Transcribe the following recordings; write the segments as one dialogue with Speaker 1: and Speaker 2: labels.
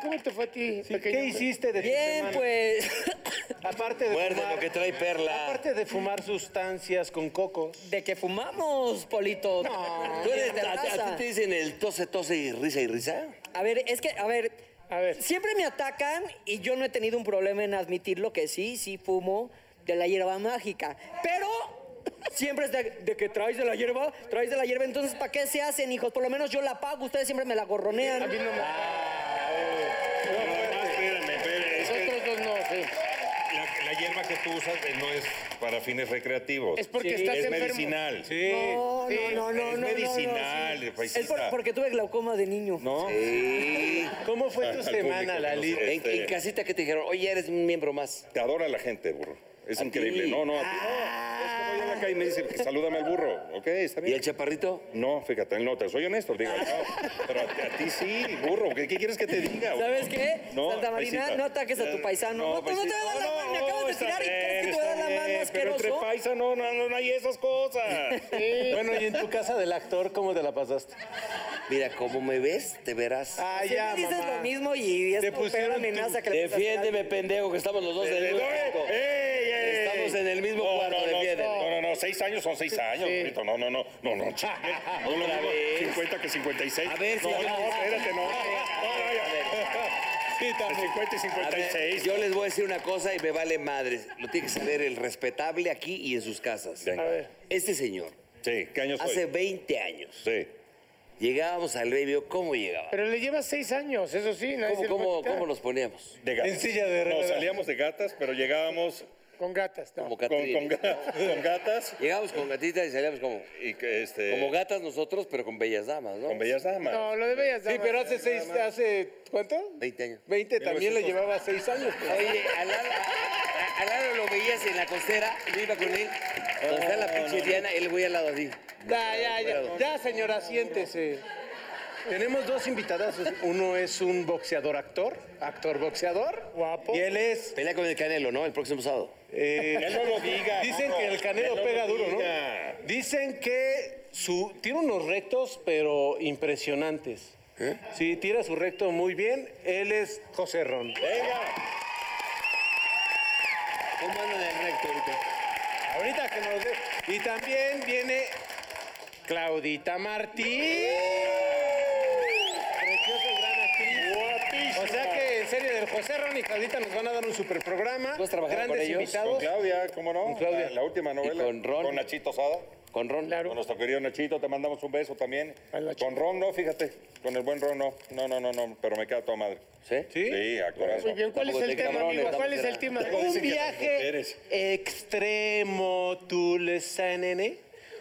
Speaker 1: ¿Cómo te fue a ti?
Speaker 2: Sí,
Speaker 1: pequeño?
Speaker 2: ¿Qué hiciste de tu
Speaker 3: Bien,
Speaker 2: semana?
Speaker 3: pues.
Speaker 2: Aparte de
Speaker 4: Muerde
Speaker 2: fumar,
Speaker 4: lo que trae Perla.
Speaker 2: aparte de fumar sustancias con cocos.
Speaker 3: De que fumamos, Polito. No,
Speaker 4: ¿Tú eres- a, a ti te dicen el tose, tose y risa y risa?
Speaker 3: A ver, es que, a ver,
Speaker 1: A ver.
Speaker 3: siempre me atacan y yo no he tenido un problema en admitirlo que sí, sí fumo de la hierba mágica. Pero siempre es de, de que traes de la hierba, traes de la hierba. Entonces, ¿para qué se hacen, hijos? Por lo menos yo la pago, ustedes siempre me la gorronean.
Speaker 1: A mí no me...
Speaker 5: espérame, espérame. Es que
Speaker 1: Nosotros dos no, sí.
Speaker 5: la, la hierba que tú usas eh, no es para fines recreativos.
Speaker 1: Es porque estás
Speaker 5: es
Speaker 1: enfermo.
Speaker 5: medicinal.
Speaker 2: Sí.
Speaker 3: No, no, no, no, no,
Speaker 5: es
Speaker 3: no,
Speaker 5: medicinal,
Speaker 3: no, sí.
Speaker 5: paisita.
Speaker 3: Es por- porque tuve glaucoma de niño.
Speaker 2: ¿No?
Speaker 4: Sí.
Speaker 2: ¿Cómo fue tu
Speaker 5: Al
Speaker 2: semana,
Speaker 5: público,
Speaker 2: Lali?
Speaker 5: no sé.
Speaker 4: En, en casita que te dijeron, oye, eres un miembro más.
Speaker 5: Te adora la gente, burro. Es
Speaker 4: A
Speaker 5: increíble.
Speaker 4: ti.
Speaker 5: No, no, a ti no.
Speaker 3: Ah.
Speaker 5: Es que voy a la calle y me dicen, salúdame al burro. Ok, está
Speaker 4: ¿Y
Speaker 5: bien.
Speaker 4: el chaparrito?
Speaker 5: No, fíjate, no, te soy honesto. Digo, no, pero a, a ti sí, burro. ¿Qué, qué quieres que te diga?
Speaker 3: ¿Sabes qué?
Speaker 5: No,
Speaker 3: Santa Marina,
Speaker 5: paisita.
Speaker 3: no ataques a tu paisano. No, pues no te
Speaker 5: paisita.
Speaker 3: voy a dar la
Speaker 5: No,
Speaker 3: mano, me
Speaker 5: no,
Speaker 3: acabas de
Speaker 5: está
Speaker 3: tirar y crees que
Speaker 5: bien,
Speaker 3: te voy a dar
Speaker 5: está
Speaker 3: la mano,
Speaker 5: bien, Pero entre
Speaker 3: asqueroso.
Speaker 5: paisa no, no, no, no hay esas cosas.
Speaker 2: Bueno, y en tu casa del actor, ¿cómo te la pasaste?
Speaker 4: Mira, como me ves, te verás.
Speaker 2: Ah,
Speaker 3: Siempre dices lo mismo y
Speaker 2: Te
Speaker 3: es tu peor
Speaker 2: pusieron tu-
Speaker 3: amenaza que le pusiste a alguien.
Speaker 4: Defiéndeme, pendejo, que estamos los dos en el mismo cuarto. Estamos en el mismo cuarto,
Speaker 5: no,
Speaker 4: defiéndeme.
Speaker 5: No, no, no, seis años son seis años, burrito. No, no, no, no, no, chico. No lo
Speaker 4: Otra
Speaker 5: mismo
Speaker 4: vez.
Speaker 5: 50 que 56.
Speaker 4: A ver,
Speaker 5: no,
Speaker 4: si-
Speaker 5: no, espérate, no. No, no,
Speaker 2: Sí,
Speaker 5: ya.
Speaker 2: también.
Speaker 5: 50 y
Speaker 4: A ver,
Speaker 5: 56.
Speaker 4: yo les voy a decir una cosa y me vale madres. Lo tiene que saber el respetable aquí y en sus casas.
Speaker 5: Venga. A ver.
Speaker 4: Este señor,
Speaker 5: Sí, ¿qué años
Speaker 4: hace
Speaker 5: soy?
Speaker 4: 20 años,
Speaker 5: Sí.
Speaker 4: llegábamos al baby, ¿cómo llegábamos?
Speaker 1: Pero le llevas seis años, eso sí. Nadie se
Speaker 4: ¿Cómo,
Speaker 1: lo va a
Speaker 4: cómo,
Speaker 1: quitar.
Speaker 4: cómo nos poníamos?
Speaker 5: De
Speaker 2: En silla de
Speaker 5: No,
Speaker 2: ruedas.
Speaker 5: salíamos de gatas, pero llegábamos
Speaker 1: Con gatas, no.
Speaker 4: Como
Speaker 5: con,
Speaker 4: Catrín.
Speaker 5: con ga- con gatas
Speaker 4: Llegábamos con gatitas y salíamos como,
Speaker 5: y que, este,
Speaker 1: Eh.
Speaker 4: como gatas nosotros, pero con bellas damas, ¿no?
Speaker 5: con bellas damas.
Speaker 1: No, lo de Bellas
Speaker 2: Sí,
Speaker 1: Damas.
Speaker 2: pero hace seis, hace, ¿cuánto?
Speaker 4: 20 años.
Speaker 2: 20 también le llevaba seis años.
Speaker 4: Oye, a Lalo, a- a Lalo lo veías en la costera, yo iba con él, donde está la pinche Diana, él voy al lado así.
Speaker 2: Ya, ya, ya. Ya, señora, siéntese. Tenemos dos invitadas. Uno es un boxeador actor, actor boxeador.
Speaker 1: Guapo.
Speaker 2: Y él es.
Speaker 4: Pelea con el Canelo, ¿no? El próximo sábado.
Speaker 2: eh,
Speaker 5: Él no lo diga.
Speaker 2: dicen
Speaker 5: no,
Speaker 2: que el canelo
Speaker 5: él no
Speaker 2: pega
Speaker 5: lo
Speaker 2: duro, ¿no?
Speaker 5: diga.
Speaker 2: Dicen que su, tiene unos rectos, pero impresionantes.
Speaker 5: ¿Eh?
Speaker 2: Sí, tira su recto muy bien. Él es José Ron.
Speaker 5: Venga.
Speaker 4: ¿Cómo andan en el recto ahorita?
Speaker 2: Ahorita que nos dé. Y también viene Claudita Martí. Preciosa y gran actriz.
Speaker 5: Guapísima.
Speaker 2: O sea que en serio, del José Ron y Claudita nos van a dar un super programa.
Speaker 4: ¿Tú has trabajado
Speaker 2: Grandes
Speaker 4: con ellos?
Speaker 5: Con
Speaker 2: invitados.
Speaker 5: Claudia, ¿cómo no?
Speaker 2: Con Claudia.
Speaker 5: La, la última novela.
Speaker 4: Y con Ron.
Speaker 5: Con Nachito Sada.
Speaker 4: Con Ron.
Speaker 5: Con nuestro querido Nachito, te mandamos un beso también.
Speaker 1: Al Nachito.
Speaker 5: Con Ron no, fíjate. Con el buen Ron no. No, no, no, no. Pero me queda toda madre.
Speaker 4: ¿Sí?
Speaker 2: ¿Sí?
Speaker 5: Sí, a corazón.
Speaker 1: Muy bien, ¿cuál es
Speaker 4: Tampoco
Speaker 1: el
Speaker 4: te
Speaker 1: tema,
Speaker 4: cabrones,
Speaker 1: amigo? ¿Cuál
Speaker 4: tampoco
Speaker 1: es
Speaker 4: te
Speaker 1: el
Speaker 4: la-
Speaker 1: tema?
Speaker 2: Un
Speaker 5: Dicen que las
Speaker 2: viaje
Speaker 5: mujeres.
Speaker 2: extremo, tú le sanene.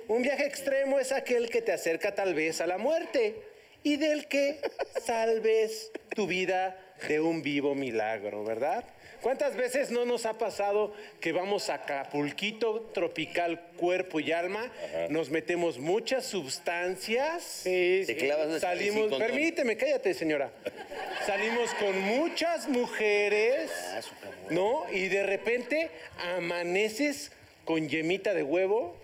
Speaker 2: Un viaje extremo es aquel que te acerca tal vez a la muerte y del que salves tu vida de un vivo milagro, ¿verdad? ¿Cuántas veces no nos ha pasado que vamos a Acapulquito, tropical, cuerpo y alma, nos metemos muchas sustancias?
Speaker 1: Sí,
Speaker 4: Te clavas una- sin
Speaker 2: Salimos,
Speaker 4: condón.
Speaker 2: permíteme, cállate, señora. Salimos con muchas mujeres, ¿no? Y de repente amaneces con yemita de huevo,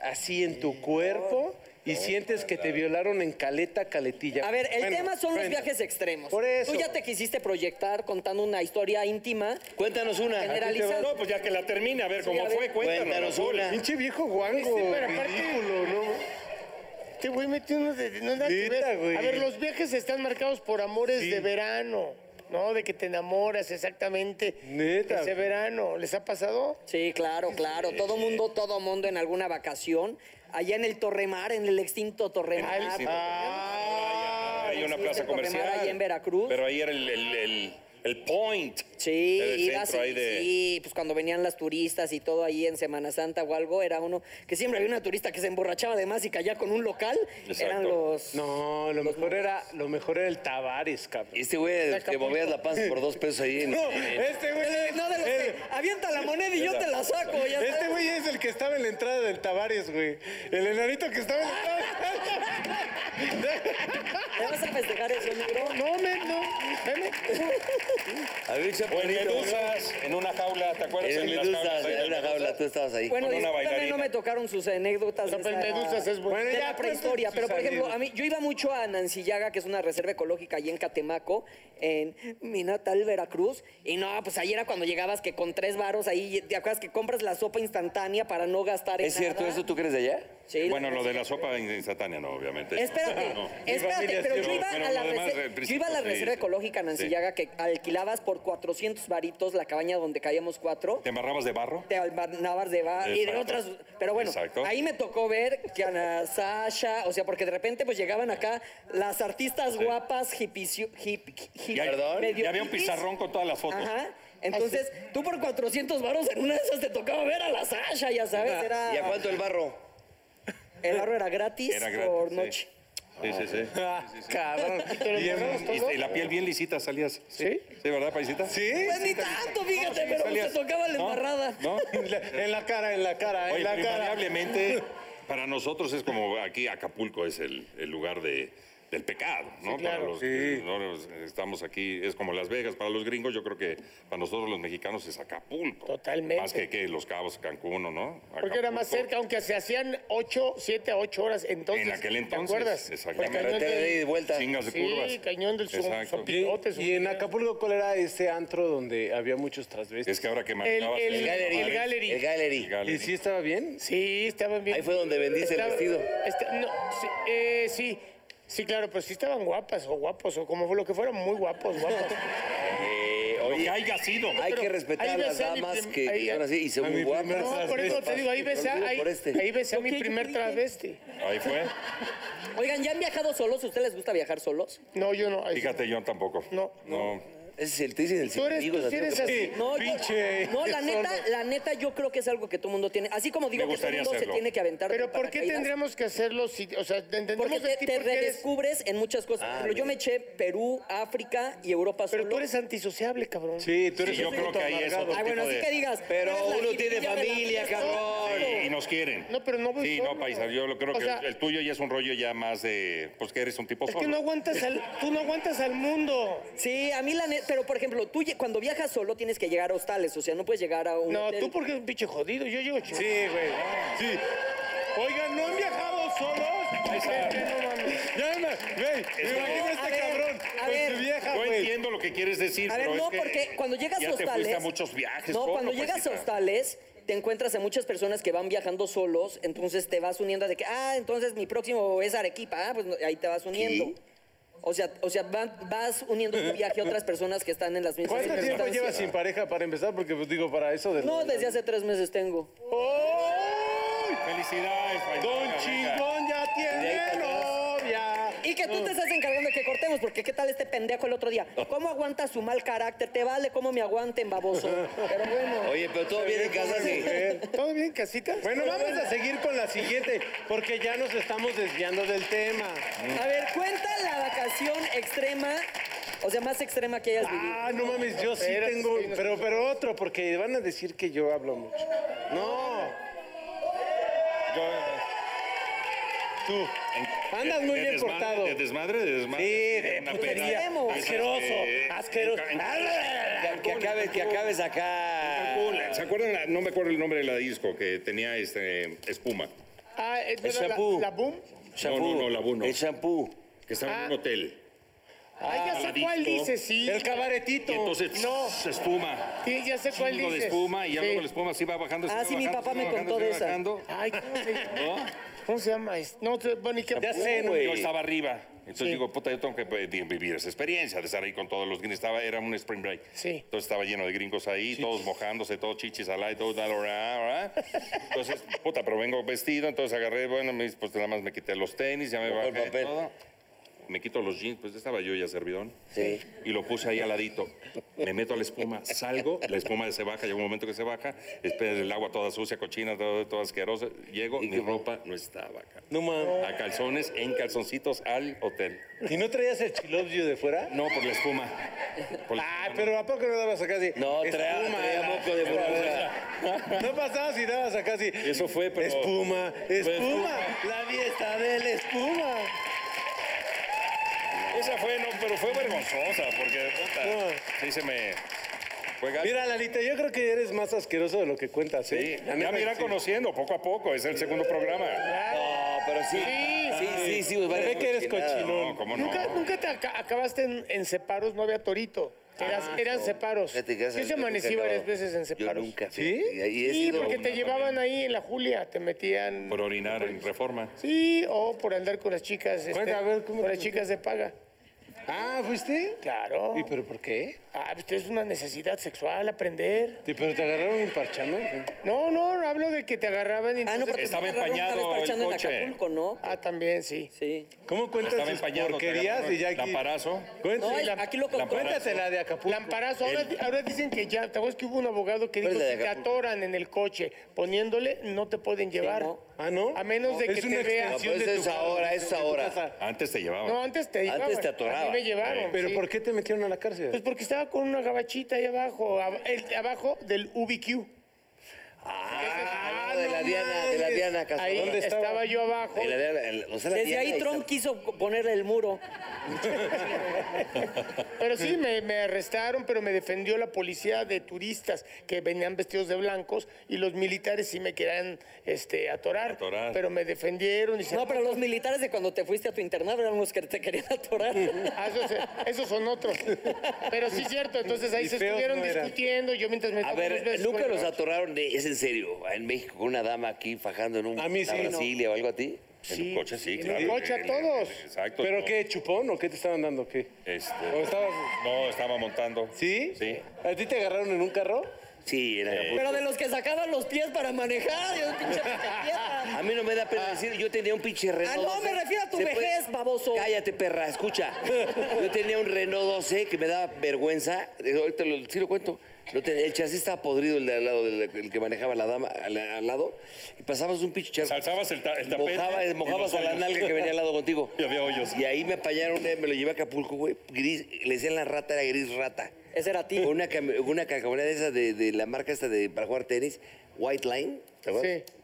Speaker 2: así en tu cuerpo, y sientes que te violaron en caleta, caletilla.
Speaker 3: A ver, el
Speaker 2: Bueno,
Speaker 3: tema son los
Speaker 2: cuenta.
Speaker 3: viajes extremos.
Speaker 2: Por eso.
Speaker 3: Tú ya te quisiste proyectar contando una historia íntima.
Speaker 4: Cuéntanos una.
Speaker 3: Generalizado.
Speaker 5: No, pues ya que la termine, a ver
Speaker 3: a
Speaker 5: cómo
Speaker 3: ver.
Speaker 5: fue, cuéntanos.
Speaker 4: Cuéntanos
Speaker 5: Raúl.
Speaker 4: una.
Speaker 2: Pinche viejo guango,
Speaker 1: Sí, pero aparte-
Speaker 2: ridículo, ¿no?
Speaker 1: Te voy metiendo de. No nada que
Speaker 2: Neta,
Speaker 1: ver.
Speaker 2: güey.
Speaker 1: A ver, los viajes están marcados por amores
Speaker 2: Sí.
Speaker 1: de verano, ¿no? De que te enamoras exactamente.
Speaker 2: Neta.
Speaker 1: Ese verano. ¿Les ha pasado?
Speaker 3: Sí, claro, claro. Todo mundo, todo mundo en alguna vacación. Allá en el Torremar, en el extinto Torremar.
Speaker 5: Ah, Hay una
Speaker 3: Sí,
Speaker 5: plaza
Speaker 3: se puede
Speaker 5: comercial.
Speaker 3: remar ahí en Veracruz.
Speaker 5: Pero ahí era el, el, el, el point.
Speaker 3: Ah, Sí,
Speaker 5: Era el
Speaker 3: ibas
Speaker 5: centro
Speaker 3: y-
Speaker 5: ahí de-
Speaker 3: sí, pues cuando venían las turistas y todo ahí en Semana Santa o algo, era uno que siempre había una turista que se emborrachaba de más y caía con un local.
Speaker 5: Exacto.
Speaker 3: Eran los...
Speaker 2: No, lo mejor era, lo mejor era el Tavares, cabrón.
Speaker 4: Este güey que movías la panza por dos pesos ahí. en-
Speaker 2: este güey.
Speaker 3: Eh, No, de los que avienta la moneda y yo te la saco. ya sabes.
Speaker 2: Este güey es el que estaba en la entrada del Tavares, güey. El enanito que estaba en la entrada.
Speaker 3: ¿Te vas a festejar eso, negro?
Speaker 1: No, men, no. Ven,
Speaker 4: A ver,
Speaker 5: O en
Speaker 4: Chaparrito.
Speaker 5: medusas, en una jaula, ¿te acuerdas?
Speaker 4: Pues, En
Speaker 5: En las
Speaker 4: Medusas,
Speaker 5: jaulas de-
Speaker 4: en una jaula, tú estabas ahí.
Speaker 3: Bueno,
Speaker 5: Con
Speaker 3: y
Speaker 5: una
Speaker 3: también
Speaker 5: bailarina.
Speaker 3: no me tocaron sus anécdotas de,
Speaker 1: Pero pues,
Speaker 3: esta-
Speaker 1: medusas es bueno.
Speaker 2: Bueno,
Speaker 3: de
Speaker 2: ya,
Speaker 3: la prehistoria.
Speaker 2: cuenten
Speaker 3: Pero,
Speaker 2: sus
Speaker 3: por ejemplo,
Speaker 2: anécdotas.
Speaker 3: a mí, yo iba mucho a Nancillaga, que es una reserva ecológica allí en Catemaco, en mi natal Veracruz. Y no, pues ahí era cuando llegabas que con tres varos ahí, ¿te acuerdas que compras la sopa instantánea para no gastar en
Speaker 4: ¿Es cierto
Speaker 3: nada?
Speaker 4: eso? ¿Tú crees de allá?
Speaker 3: Sí, la-
Speaker 5: Bueno, lo de la sopa instantánea, no, obviamente.
Speaker 3: Espérate,
Speaker 5: No.
Speaker 3: espérate, pero yo
Speaker 5: sí,
Speaker 3: iba,
Speaker 5: pero
Speaker 3: a la
Speaker 5: lo demás,
Speaker 3: reserva,
Speaker 5: el
Speaker 3: yo iba a la
Speaker 5: principio, sí,
Speaker 3: reserva
Speaker 5: sí.
Speaker 3: ecológica Nancillaga que alquilabas por 400 varitos la cabaña donde caíamos cuatro.
Speaker 5: ¿Te embarrabas de barro?
Speaker 3: te almanabas de bar y de
Speaker 5: Exacto.
Speaker 3: otras. Pero bueno,
Speaker 5: Exacto.
Speaker 3: ahí me tocó ver que Ana Sasha, o sea, porque de repente pues llegaban acá las artistas guapas, hipicio, hip, hip-
Speaker 5: Ya,
Speaker 4: Perdón.
Speaker 3: medio
Speaker 5: ya había un
Speaker 3: hippies.
Speaker 5: pizarrón con todas las fotos.
Speaker 3: Ajá. Entonces, tú por 400 varos en una de esas te tocaba ver a la Sasha, ya sabes, era...
Speaker 4: ¿Y a cuánto el barro?
Speaker 3: El barro era gratis,
Speaker 5: Era gratis,
Speaker 3: por
Speaker 5: sí.
Speaker 3: noche.
Speaker 5: Sí, sí, sí.
Speaker 4: Cabrón.
Speaker 5: Y, en- y- y la piel bien lisita salías. ¿Sí? ¿Sí, verdad, paisita? Sí.
Speaker 3: Pues ni tanto, fíjate,
Speaker 5: sí,
Speaker 3: pero pues,
Speaker 5: salías.
Speaker 3: te tocaba la
Speaker 5: ¿No?
Speaker 3: embarrada.
Speaker 5: ¿No?
Speaker 2: En la- en la cara, en la cara, en
Speaker 5: Oye,
Speaker 2: la
Speaker 5: pero
Speaker 2: cara.
Speaker 5: invariablemente, para nosotros es como aquí Acapulco es el, el lugar de, del pecado, ¿no? para los que no nos- estamos aquí, es como Las Vegas. Para los gringos, yo creo que para nosotros los mexicanos es Acapulco.
Speaker 1: Totalmente.
Speaker 5: Más que, que Los Cabos, Cancún, ¿o ¿no?
Speaker 1: Porque era más
Speaker 5: Acapulco.
Speaker 1: cerca, aunque se hacían 8, 7 a 8 horas entonces.
Speaker 5: en aquel entonces.
Speaker 1: ¿Te acuerdas?
Speaker 5: Exactamente.
Speaker 1: Por cañón
Speaker 4: Carretera de ida y de
Speaker 1: del-
Speaker 4: vuelta.
Speaker 5: Chingas de
Speaker 1: Sí,
Speaker 5: curvas.
Speaker 1: cañón del zum-
Speaker 5: Exacto.
Speaker 1: zompi-
Speaker 2: Y,
Speaker 1: Bigotes,
Speaker 2: y en
Speaker 1: un-
Speaker 2: Acapulco, ¿cuál era ese antro donde había muchos transvestis?
Speaker 5: Es que ahora que
Speaker 1: El,
Speaker 5: marcabas
Speaker 4: Gallery.
Speaker 1: el- el gallery.
Speaker 4: El gallery.
Speaker 5: Gallery.
Speaker 2: ¿Y sí estaba bien?
Speaker 1: Sí, estaban bien.
Speaker 4: Ahí fue donde vendiste el
Speaker 1: Estaba-
Speaker 4: vestido.
Speaker 1: esta- no, sí, eh, sí, sí, claro, pero sí estaban guapas o guapos o como fue lo que fueron, muy guapos, guapos.
Speaker 4: Eh,
Speaker 5: Lo
Speaker 4: oye,
Speaker 5: que haya sido.
Speaker 4: hay
Speaker 1: pero
Speaker 4: que respetar
Speaker 1: ahí
Speaker 4: a las
Speaker 1: ves a mi
Speaker 4: damas
Speaker 1: prim-
Speaker 4: que
Speaker 1: ahí-
Speaker 4: llegan así y son muy guapas.
Speaker 1: No, por eso te digo, ahí ves a,
Speaker 4: Olvido
Speaker 1: ahí,
Speaker 4: por este.
Speaker 1: ahí ves a mi primer travesti.
Speaker 5: Ahí fue.
Speaker 3: Oigan, ¿ya han viajado solos? ¿Ustedes les gusta viajar solos?
Speaker 1: No, yo no. ahí-
Speaker 5: Fíjate, yo tampoco.
Speaker 1: No.
Speaker 5: No.
Speaker 4: Ese es el tesis del
Speaker 1: Tú eres, tú sí eres así.
Speaker 3: No, yo-
Speaker 2: Pinche-
Speaker 3: no, la neta, la neta, yo creo que es algo que todo mundo tiene. Así como digo que todo
Speaker 5: Me gustaría
Speaker 3: mundo se
Speaker 5: hacerlo.
Speaker 3: tiene que aventar.
Speaker 1: Pero
Speaker 3: de
Speaker 1: ¿por qué
Speaker 3: paracaídas,
Speaker 1: tendríamos que hacerlo si, o sea, te entendemos
Speaker 3: Porque
Speaker 1: de
Speaker 3: te,
Speaker 1: ti
Speaker 3: te
Speaker 1: porque eres-
Speaker 3: redescubres en muchas cosas. Por ejemplo, yo me eché Perú, África y Europa
Speaker 1: Pero
Speaker 3: solo.
Speaker 1: tú eres antisociable, cabrón.
Speaker 2: Sí, tú
Speaker 5: Sí,
Speaker 2: eres
Speaker 5: yo
Speaker 2: un
Speaker 5: creo
Speaker 2: puto
Speaker 5: que ahí es
Speaker 2: amargado.
Speaker 5: otro
Speaker 3: Ay, bueno,
Speaker 5: tipo
Speaker 3: así
Speaker 5: de-
Speaker 3: que digas.
Speaker 4: Pero
Speaker 3: eres la
Speaker 4: uno tiene
Speaker 3: jiribilla de la
Speaker 4: familia,
Speaker 3: fiesta.
Speaker 4: cabrón.
Speaker 5: Sí, y nos quieren.
Speaker 1: No, pero no voy
Speaker 5: Sí,
Speaker 1: solo.
Speaker 5: no, paisa, yo lo creo
Speaker 1: O
Speaker 5: que
Speaker 1: sea-
Speaker 5: el, el tuyo ya es un rollo ya más de, pues que eres un tipo
Speaker 1: Es
Speaker 5: solo.
Speaker 1: que no aguantas al, tú no aguantas al mundo.
Speaker 3: Sí, a mí la neta. Pero, por ejemplo, tú lle- cuando viajas solo tienes que llegar a hostales. O sea, no puedes llegar a un.
Speaker 1: No,
Speaker 3: hotel.
Speaker 1: tú porque eres un pinche jodido. Yo llego chido.
Speaker 2: Sí, güey. Sí. Oigan, ¿no han viajado solos?
Speaker 1: No mames.
Speaker 2: Ya, me- güey, me imagino a
Speaker 3: A
Speaker 2: este
Speaker 3: ver,
Speaker 2: cabrón
Speaker 3: a
Speaker 2: con
Speaker 3: ver.
Speaker 2: su vieja,
Speaker 5: Yo
Speaker 2: güey.
Speaker 5: entiendo lo que quieres decir,
Speaker 3: A ver,
Speaker 5: pero
Speaker 3: no,
Speaker 5: es que
Speaker 3: porque cuando llegas
Speaker 5: ya
Speaker 3: a
Speaker 5: te fuiste a
Speaker 3: hostales.
Speaker 5: muchos viajes.
Speaker 3: No,
Speaker 5: solo, pues,
Speaker 3: cuando llegas a
Speaker 5: paisita.
Speaker 3: hostales, te encuentras a muchas personas que van viajando solos, entonces te vas uniendo de que, ah, entonces mi próximo es Arequipa, ah, pues no, ahí te vas uniendo. O sea, o sea, van- vas uniendo tu viaje a otras personas que están en las mismas
Speaker 2: ¿Cuánto tiempo
Speaker 3: circunstancias.
Speaker 2: llevas sin pareja para empezar? Porque, pues, digo, para eso de...
Speaker 3: No, desde hace tres meses tengo.
Speaker 2: ¡Ay!
Speaker 5: Felicidades, paisita,
Speaker 2: Don
Speaker 5: venga.
Speaker 2: Chingón ya tiene novia.
Speaker 3: Y que tú te estás encargando de que cortemos, porque qué tal este pendejo el otro día. ¿Cómo aguanta su mal carácter? Te vale cómo me aguanten, baboso. Pero bueno.
Speaker 4: Oye, pero todo bien en casa, sí.
Speaker 1: ¿Todo bien, casita?
Speaker 2: Bueno, vamos a seguir con la siguiente, porque ya nos estamos desviando del tema.
Speaker 3: A ver, cuenta la vacación extrema, o sea, más extrema que hayas vivido.
Speaker 2: Ah, no mames, yo sí
Speaker 1: Espérate,
Speaker 2: tengo,
Speaker 1: sí, no-
Speaker 2: pero, pero otro, porque van a decir que yo hablo mucho. No,
Speaker 5: Tú.
Speaker 2: andas muy
Speaker 5: de
Speaker 2: bien
Speaker 5: desmadre,
Speaker 2: portado.
Speaker 5: De desmadre, de desmadre.
Speaker 2: Sí, de
Speaker 5: Pena,
Speaker 2: putería.
Speaker 5: pena.
Speaker 3: Extremo.
Speaker 2: Asqueroso,
Speaker 5: Eh,
Speaker 2: asqueroso. Ah,
Speaker 5: en- en-
Speaker 4: Que, que acabes, que acabes acá.
Speaker 5: Cancún. ¿Se acuerdan? la- No me acuerdo el nombre de la disco que tenía este espuma.
Speaker 1: Ah, es
Speaker 4: El
Speaker 1: verdad, la,
Speaker 4: shampoo.
Speaker 1: la boom.
Speaker 4: Shampoo.
Speaker 5: no, la Buno.
Speaker 4: El shampoo.
Speaker 5: Que estaba
Speaker 1: Ah.
Speaker 5: en un hotel.
Speaker 1: Ah, ya
Speaker 5: la
Speaker 1: sé cuál
Speaker 5: disco.
Speaker 1: dice, sí.
Speaker 2: El
Speaker 5: Y
Speaker 2: cabaretito.
Speaker 5: entonces
Speaker 1: No.
Speaker 5: se espuma.
Speaker 1: Sí, ya sé cuál
Speaker 5: Chingo
Speaker 1: dices.
Speaker 5: de espuma y ya
Speaker 1: Sí.
Speaker 5: luego la espuma se iba bajando. se
Speaker 3: Ah,
Speaker 5: iba
Speaker 3: sí, mi
Speaker 5: bajando,
Speaker 3: papá
Speaker 5: se iba
Speaker 3: me
Speaker 5: bajando,
Speaker 3: contó
Speaker 5: se
Speaker 3: de
Speaker 5: iba
Speaker 3: esa.
Speaker 5: bajando.
Speaker 1: Ay, ¿cómo se
Speaker 5: ¿No?
Speaker 1: ¿Cómo se llama? esto? No, te- bueno, ¿y qué?
Speaker 2: Ya sé, no,
Speaker 5: Yo estaba arriba. Entonces digo, puta, yo tengo que eh, di- vivir esa experiencia de estar ahí con todos los gringos. Estaba, era un spring break.
Speaker 1: Sí.
Speaker 5: Entonces estaba lleno de gringos ahí, todos mojándose, todos chichis al aire, todo tal, ora, ora. Entonces, puta, pero vengo vestido, entonces agarré, bueno, me- pues nada más me quité los tenis, ya me
Speaker 4: Mejor
Speaker 5: bajé
Speaker 4: papel.
Speaker 5: todo. Me quito los jeans, pues estaba yo ya servidón.
Speaker 4: Sí.
Speaker 5: Y lo puse ahí al ladito. Me meto a la espuma, salgo, la espuma se baja, llega un momento que se baja, espera el agua toda sucia, cochina, todo, todo asquerosa. Llego, mi ropa no estaba acá.
Speaker 2: No mames.
Speaker 5: A calzones, en calzoncitos al hotel.
Speaker 2: ¿Y no traías el chilobio de fuera?
Speaker 5: No, por la espuma. Por la-
Speaker 2: Ah, pero ¿a poco no dabas acá así?
Speaker 4: No, traía,
Speaker 2: Espuma,
Speaker 4: traía
Speaker 2: la-
Speaker 4: moco de burbuja.
Speaker 2: No pasabas y dabas acá así.
Speaker 5: Eso fue, pero-
Speaker 2: Espuma, espuma.
Speaker 5: espuma.
Speaker 2: La fiesta de la espuma.
Speaker 5: Esa fue, no, pero fue vergonzosa, porque puta, sí se me. Fue gacho.
Speaker 2: Mira, Lalita, yo creo que eres más asqueroso de lo que cuentas,
Speaker 5: Sí,
Speaker 2: ¿eh? La
Speaker 5: ya
Speaker 2: neta,
Speaker 5: me irán
Speaker 2: sí.
Speaker 5: conociendo poco a poco, es el segundo programa.
Speaker 4: No, pero sí.
Speaker 1: Sí.
Speaker 4: Sí, sí, sí, güey.
Speaker 2: Se ve que eres
Speaker 5: No,
Speaker 2: cochinón.
Speaker 5: ¿cómo no?
Speaker 1: ¿Nunca, nunca te aca- acabaste en, en separos? No había torito. Eras- eran separos. Yo se amanecí varias veces en
Speaker 4: Yo
Speaker 1: separos.
Speaker 4: nunca.
Speaker 2: ¿Sí?
Speaker 4: fíjate, Y ahí he
Speaker 1: Sí,
Speaker 4: sido
Speaker 1: porque
Speaker 5: una
Speaker 1: te llevaban ahí en la Julia, te metían.
Speaker 5: Por orinar en reforma.
Speaker 1: Sí, o por andar con las chicas. este,
Speaker 2: Bueno, a ver, ¿cómo
Speaker 1: con
Speaker 2: te
Speaker 1: las chicas de paga.
Speaker 2: Ah, ¿fuiste?
Speaker 1: Claro.
Speaker 2: ¿Y pero por qué?
Speaker 1: Ah, pues es una necesidad sexual, aprender.
Speaker 2: ¿Y pero te agarraron imparchando?
Speaker 1: No, no, hablo de que te agarraban y
Speaker 3: Ah, no,
Speaker 1: entonces-
Speaker 3: porque
Speaker 5: Estaba
Speaker 3: te agarraron una vez
Speaker 5: empañado el
Speaker 3: parchando en
Speaker 5: coche.
Speaker 3: Acapulco, ¿no?
Speaker 1: Ah, también, sí.
Speaker 3: Sí.
Speaker 2: ¿Cómo cuentas
Speaker 5: Estaba
Speaker 2: tus
Speaker 5: empañado. te
Speaker 2: porquerías
Speaker 5: agarraron
Speaker 2: y ya aquí?
Speaker 5: Lamparazo.
Speaker 3: No,
Speaker 2: Cuéntale
Speaker 3: aquí lo contó.
Speaker 2: Cuéntatela de Acapulco.
Speaker 1: Lamparazo, ahora, di- ahora dicen que ya, ¿te acuerdas que hubo un abogado que
Speaker 4: ¿Cuál
Speaker 1: dijo
Speaker 4: es la de
Speaker 1: si te
Speaker 4: Acapulco?
Speaker 1: atoran en el coche poniéndole, no te pueden llevar?
Speaker 3: no.
Speaker 2: Ah, ¿no?
Speaker 1: A menos de
Speaker 2: Es
Speaker 1: que
Speaker 2: una
Speaker 1: te vean.
Speaker 4: No, pero
Speaker 2: de
Speaker 4: esa
Speaker 2: tu
Speaker 4: "Ah, pues es
Speaker 2: casa,
Speaker 4: ahora, esa es ahora.
Speaker 2: casa.
Speaker 5: Antes te llevaban.
Speaker 1: No, antes te llevaban.
Speaker 4: Antes te
Speaker 1: A mí
Speaker 4: atoraban.
Speaker 1: me llevaron.
Speaker 2: ¿Pero
Speaker 1: sí.
Speaker 2: por qué te metieron a la
Speaker 1: Pues
Speaker 2: cárcel?
Speaker 1: porque estaba con una gabachita ahí abajo, ab- el- abajo del UBQ.
Speaker 4: Ah,
Speaker 1: Ah,
Speaker 4: de la
Speaker 1: no
Speaker 4: Diana, de la
Speaker 2: mames.
Speaker 4: Diana
Speaker 1: Ahí
Speaker 4: Cazadora.
Speaker 2: ¿Dónde estaba?
Speaker 1: estaba? yo abajo.
Speaker 4: De la Diana, el- o sea, la
Speaker 3: Desde
Speaker 4: Diana
Speaker 3: ahí
Speaker 4: y-
Speaker 3: Trump quiso ponerle el muro.
Speaker 1: Pero sí, me, me arrestaron, pero me defendió la policía de turistas que venían vestidos de blancos y los militares sí me querían este, atorar,
Speaker 5: Atorar.
Speaker 1: Pero me defendieron y se...
Speaker 3: No, pero los militares de cuando te fuiste a tu internado eran los que te querían atorar.
Speaker 1: Ah, esos, eh, esos son otros. Pero sí es cierto, entonces ahí
Speaker 2: Y
Speaker 1: se
Speaker 2: feos
Speaker 1: estuvieron
Speaker 2: no eran.
Speaker 1: discutiendo. Yo mientras me
Speaker 4: A
Speaker 1: topé dos
Speaker 4: ver,
Speaker 1: veces
Speaker 4: nunca
Speaker 1: con-
Speaker 4: los atoraron, de, es en serio, en México, con una dama aquí fajando en un,
Speaker 2: A mí
Speaker 4: una
Speaker 2: sí, no.
Speaker 4: Brasilia o algo a ti.
Speaker 5: En un coche, sí,
Speaker 1: en
Speaker 5: claro.
Speaker 1: un coche a
Speaker 5: En- en-
Speaker 1: todos.
Speaker 5: Exacto.
Speaker 2: Pues, ¿Pero
Speaker 5: no.
Speaker 2: qué, chupón o qué te estaban dando? ¿Qué?
Speaker 5: Este,
Speaker 2: ¿O estabas...?
Speaker 5: No, estaba montando.
Speaker 2: ¿Sí?
Speaker 5: Sí.
Speaker 2: ¿A ti te agarraron en un carro?
Speaker 4: Sí, en Acapulco.
Speaker 3: Pero de los que sacaban los pies para manejar, yo pinche picapiedra.
Speaker 4: A mí no me da pena decir, yo tenía un pinche Renault.
Speaker 3: Ah, no,
Speaker 4: 12.
Speaker 3: me refiero a tu
Speaker 4: Se puede-
Speaker 3: vejez, baboso.
Speaker 4: Cállate, perra, escucha. Yo tenía un Renault 12 que me daba vergüenza. Eh, Ahorita lo, sí lo cuento. Lo tenía- el chasis estaba podrido, el de al lado, el, el que manejaba la dama al, al lado. Y pasabas un pinche charco.
Speaker 5: Alzabas el, ta- el tapete.
Speaker 4: Mojaba, eh,
Speaker 5: y
Speaker 4: mojabas
Speaker 5: los
Speaker 4: a la
Speaker 5: hoyos.
Speaker 4: nalga que venía al lado contigo.
Speaker 5: Y había hoyos.
Speaker 4: Y ahí me apañaron, eh, me lo llevé a Acapulco, güey. Gris, le decían la rata, era gris rata.
Speaker 3: Ese era ti.
Speaker 4: Con una, cam- con una calcamonera de esa de, de la marca esta de para jugar tenis, White Line, ¿te acuerdas?
Speaker 1: Sí.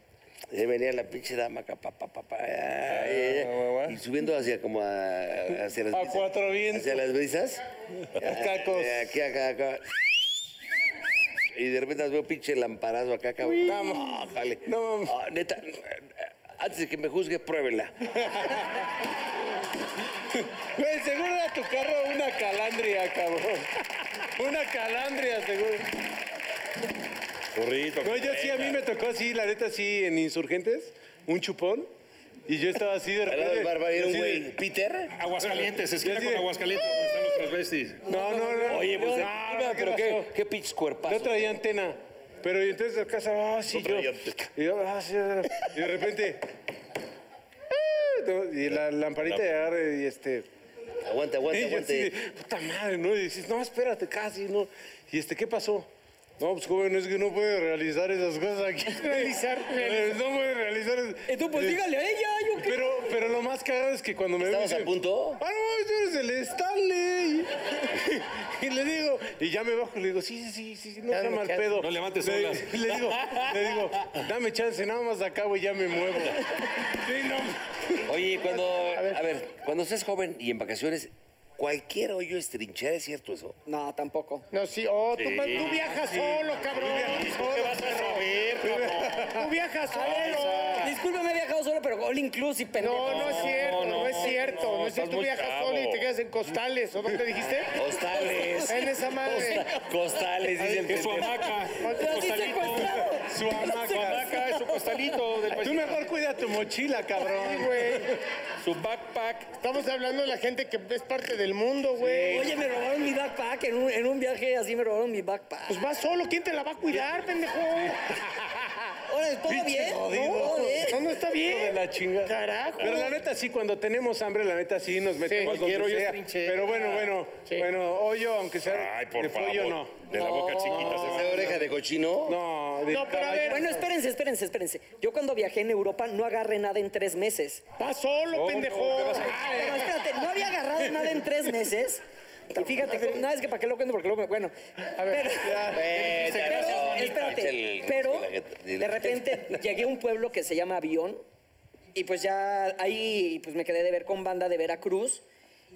Speaker 4: Y ahí venía la pinche dama acá, pa, pa, pa, pa, ay, ay, ay, y subiendo hacia como a, hacia las
Speaker 2: Ah, A cuatro vientos.
Speaker 4: Hacia las brisas.
Speaker 2: Cacos.
Speaker 4: Ah, Aquí, acá, acá. Y de repente las veo pinche lamparazo acá, cabrón. No, jale.
Speaker 2: No, mames.
Speaker 4: Ah, neta, antes de que me juzgue, pruébela.
Speaker 2: Güey, seguro era tu carro una calandria, cabrón. Una calandria, seguro.
Speaker 5: Burrito.
Speaker 2: No, yo sí, a mí me tocó así, la neta, sí, en Insurgentes, un chupón. Y yo estaba así de
Speaker 4: Al lado del
Speaker 2: repente,
Speaker 4: barba era un
Speaker 2: así de-
Speaker 4: güey. ¿Peter?
Speaker 5: Aguascalientes, esquina
Speaker 2: Yo sí
Speaker 5: con
Speaker 2: de-
Speaker 5: Aguascalientes. donde Están los transvestis.
Speaker 2: No, no, no.
Speaker 4: Oye, pues,
Speaker 2: no,
Speaker 4: iba, pero
Speaker 2: pasó?
Speaker 4: qué, qué pinches cuerpazo.
Speaker 2: ah, No traía antena. Pero y entonces acá estaba, ah, sí,
Speaker 4: No
Speaker 2: yo.
Speaker 4: traía-
Speaker 2: Y yo, ah, sí, ah, y de repente. ah, no, Y la lamparita de agarre y este.
Speaker 4: Aguanta, aguanta,
Speaker 2: Y yo
Speaker 4: aguanta.
Speaker 2: así de, puta madre, ¿no? Y dices, no, espérate, casi, ¿no? Y este, ¿qué pasó? No, pues joven, es que no puede realizar esas cosas aquí. Eh,
Speaker 1: Realizar, realizar.
Speaker 2: No puede realizar. esas-
Speaker 3: Y tú, pues dígale a ella, yo qué.
Speaker 2: Pero, pero lo más cagado es que cuando me ve, me
Speaker 4: ¿Estabas a
Speaker 2: dice,
Speaker 4: punto?
Speaker 2: Ah, no, tú eres el Stanley. y le digo, y ya me bajo y le digo, sí, sí, sí, sí, no
Speaker 1: Ya
Speaker 2: sea
Speaker 1: no
Speaker 2: mal
Speaker 1: queda-
Speaker 2: pedo.
Speaker 5: no levantes
Speaker 2: le,
Speaker 5: olas.
Speaker 2: Le digo, le digo, dame chance, nada más acabo y ya me muevo. sí, no.
Speaker 4: Oye, cuando. A ver. cuando seas joven y en vacaciones, cualquier hoyo es trinchera, ¿es cierto eso?
Speaker 3: No, tampoco.
Speaker 1: No, sí, oh, tú, man- tú viajas solo, cabrón. solo, perro. Tú viajas solo.
Speaker 3: Discúlpeme, he viajado solo, pero all inclusive, pendejo.
Speaker 1: No, no es cierto, no, es cierto. No,
Speaker 5: estás
Speaker 1: es cierto, tú
Speaker 5: muy
Speaker 1: viajas
Speaker 5: chavo.
Speaker 1: solo y te quedas en costales, ¿o dónde dijiste?
Speaker 4: Costales.
Speaker 1: En esa madre.
Speaker 4: Costales, dice el
Speaker 5: Es su
Speaker 4: pendejo.
Speaker 5: hamaca.
Speaker 3: Te has secuestrado.
Speaker 2: Su hamaca.
Speaker 5: Hamaca, es su costalito del
Speaker 2: Tú
Speaker 5: país.
Speaker 2: mejor cuida tu mochila,
Speaker 1: Sí,
Speaker 2: cabrón.
Speaker 1: güey.
Speaker 5: Su backpack.
Speaker 1: Estamos hablando de la gente que es parte del mundo, güey.
Speaker 3: Oye, me robaron mi backpack en un, en un viaje así, me robaron mi backpack.
Speaker 1: Pues vas solo, ¿quién te la va a cuidar, pendejo?
Speaker 3: Ahora, ¿todo bien? ¿Todo
Speaker 1: No,
Speaker 3: bien?
Speaker 1: no
Speaker 2: Hijo
Speaker 1: está
Speaker 2: de
Speaker 1: bien.
Speaker 2: la chingada.
Speaker 1: Carajo.
Speaker 2: Pero la neta sí, cuando tenemos hambre, la neta sí nos metemos
Speaker 1: Sí.
Speaker 2: donde
Speaker 1: Quiero yo
Speaker 2: sea.
Speaker 1: trinchera.
Speaker 2: Pero bueno, bueno,
Speaker 1: Sí.
Speaker 2: bueno, hoyo, aunque sea
Speaker 5: Ay, por
Speaker 2: de
Speaker 5: favor.
Speaker 2: pollo, no.
Speaker 5: De la boca chiquita. se
Speaker 4: ¿Esa
Speaker 5: sabe.
Speaker 4: oreja de cochino?
Speaker 2: No, de
Speaker 1: No, pero a
Speaker 2: caballo.
Speaker 1: ver.
Speaker 3: Bueno, espérense, espérense, espérense. Yo cuando viajé en Europa no agarré nada en tres meses.
Speaker 1: Vas solo, pendejo.
Speaker 3: Pero espérate, no había agarrado nada en tres meses. Y fíjate, que- no, es que para qué lo cuento, porque luego me... Bueno, pero...
Speaker 4: Eh, ya,
Speaker 3: Pero,
Speaker 4: no,
Speaker 3: espérate,
Speaker 4: el-
Speaker 3: pero
Speaker 4: la jeta-
Speaker 3: de repente llegué a un pueblo que se llama Avión y pues ya ahí pues me quedé de ver con banda de Veracruz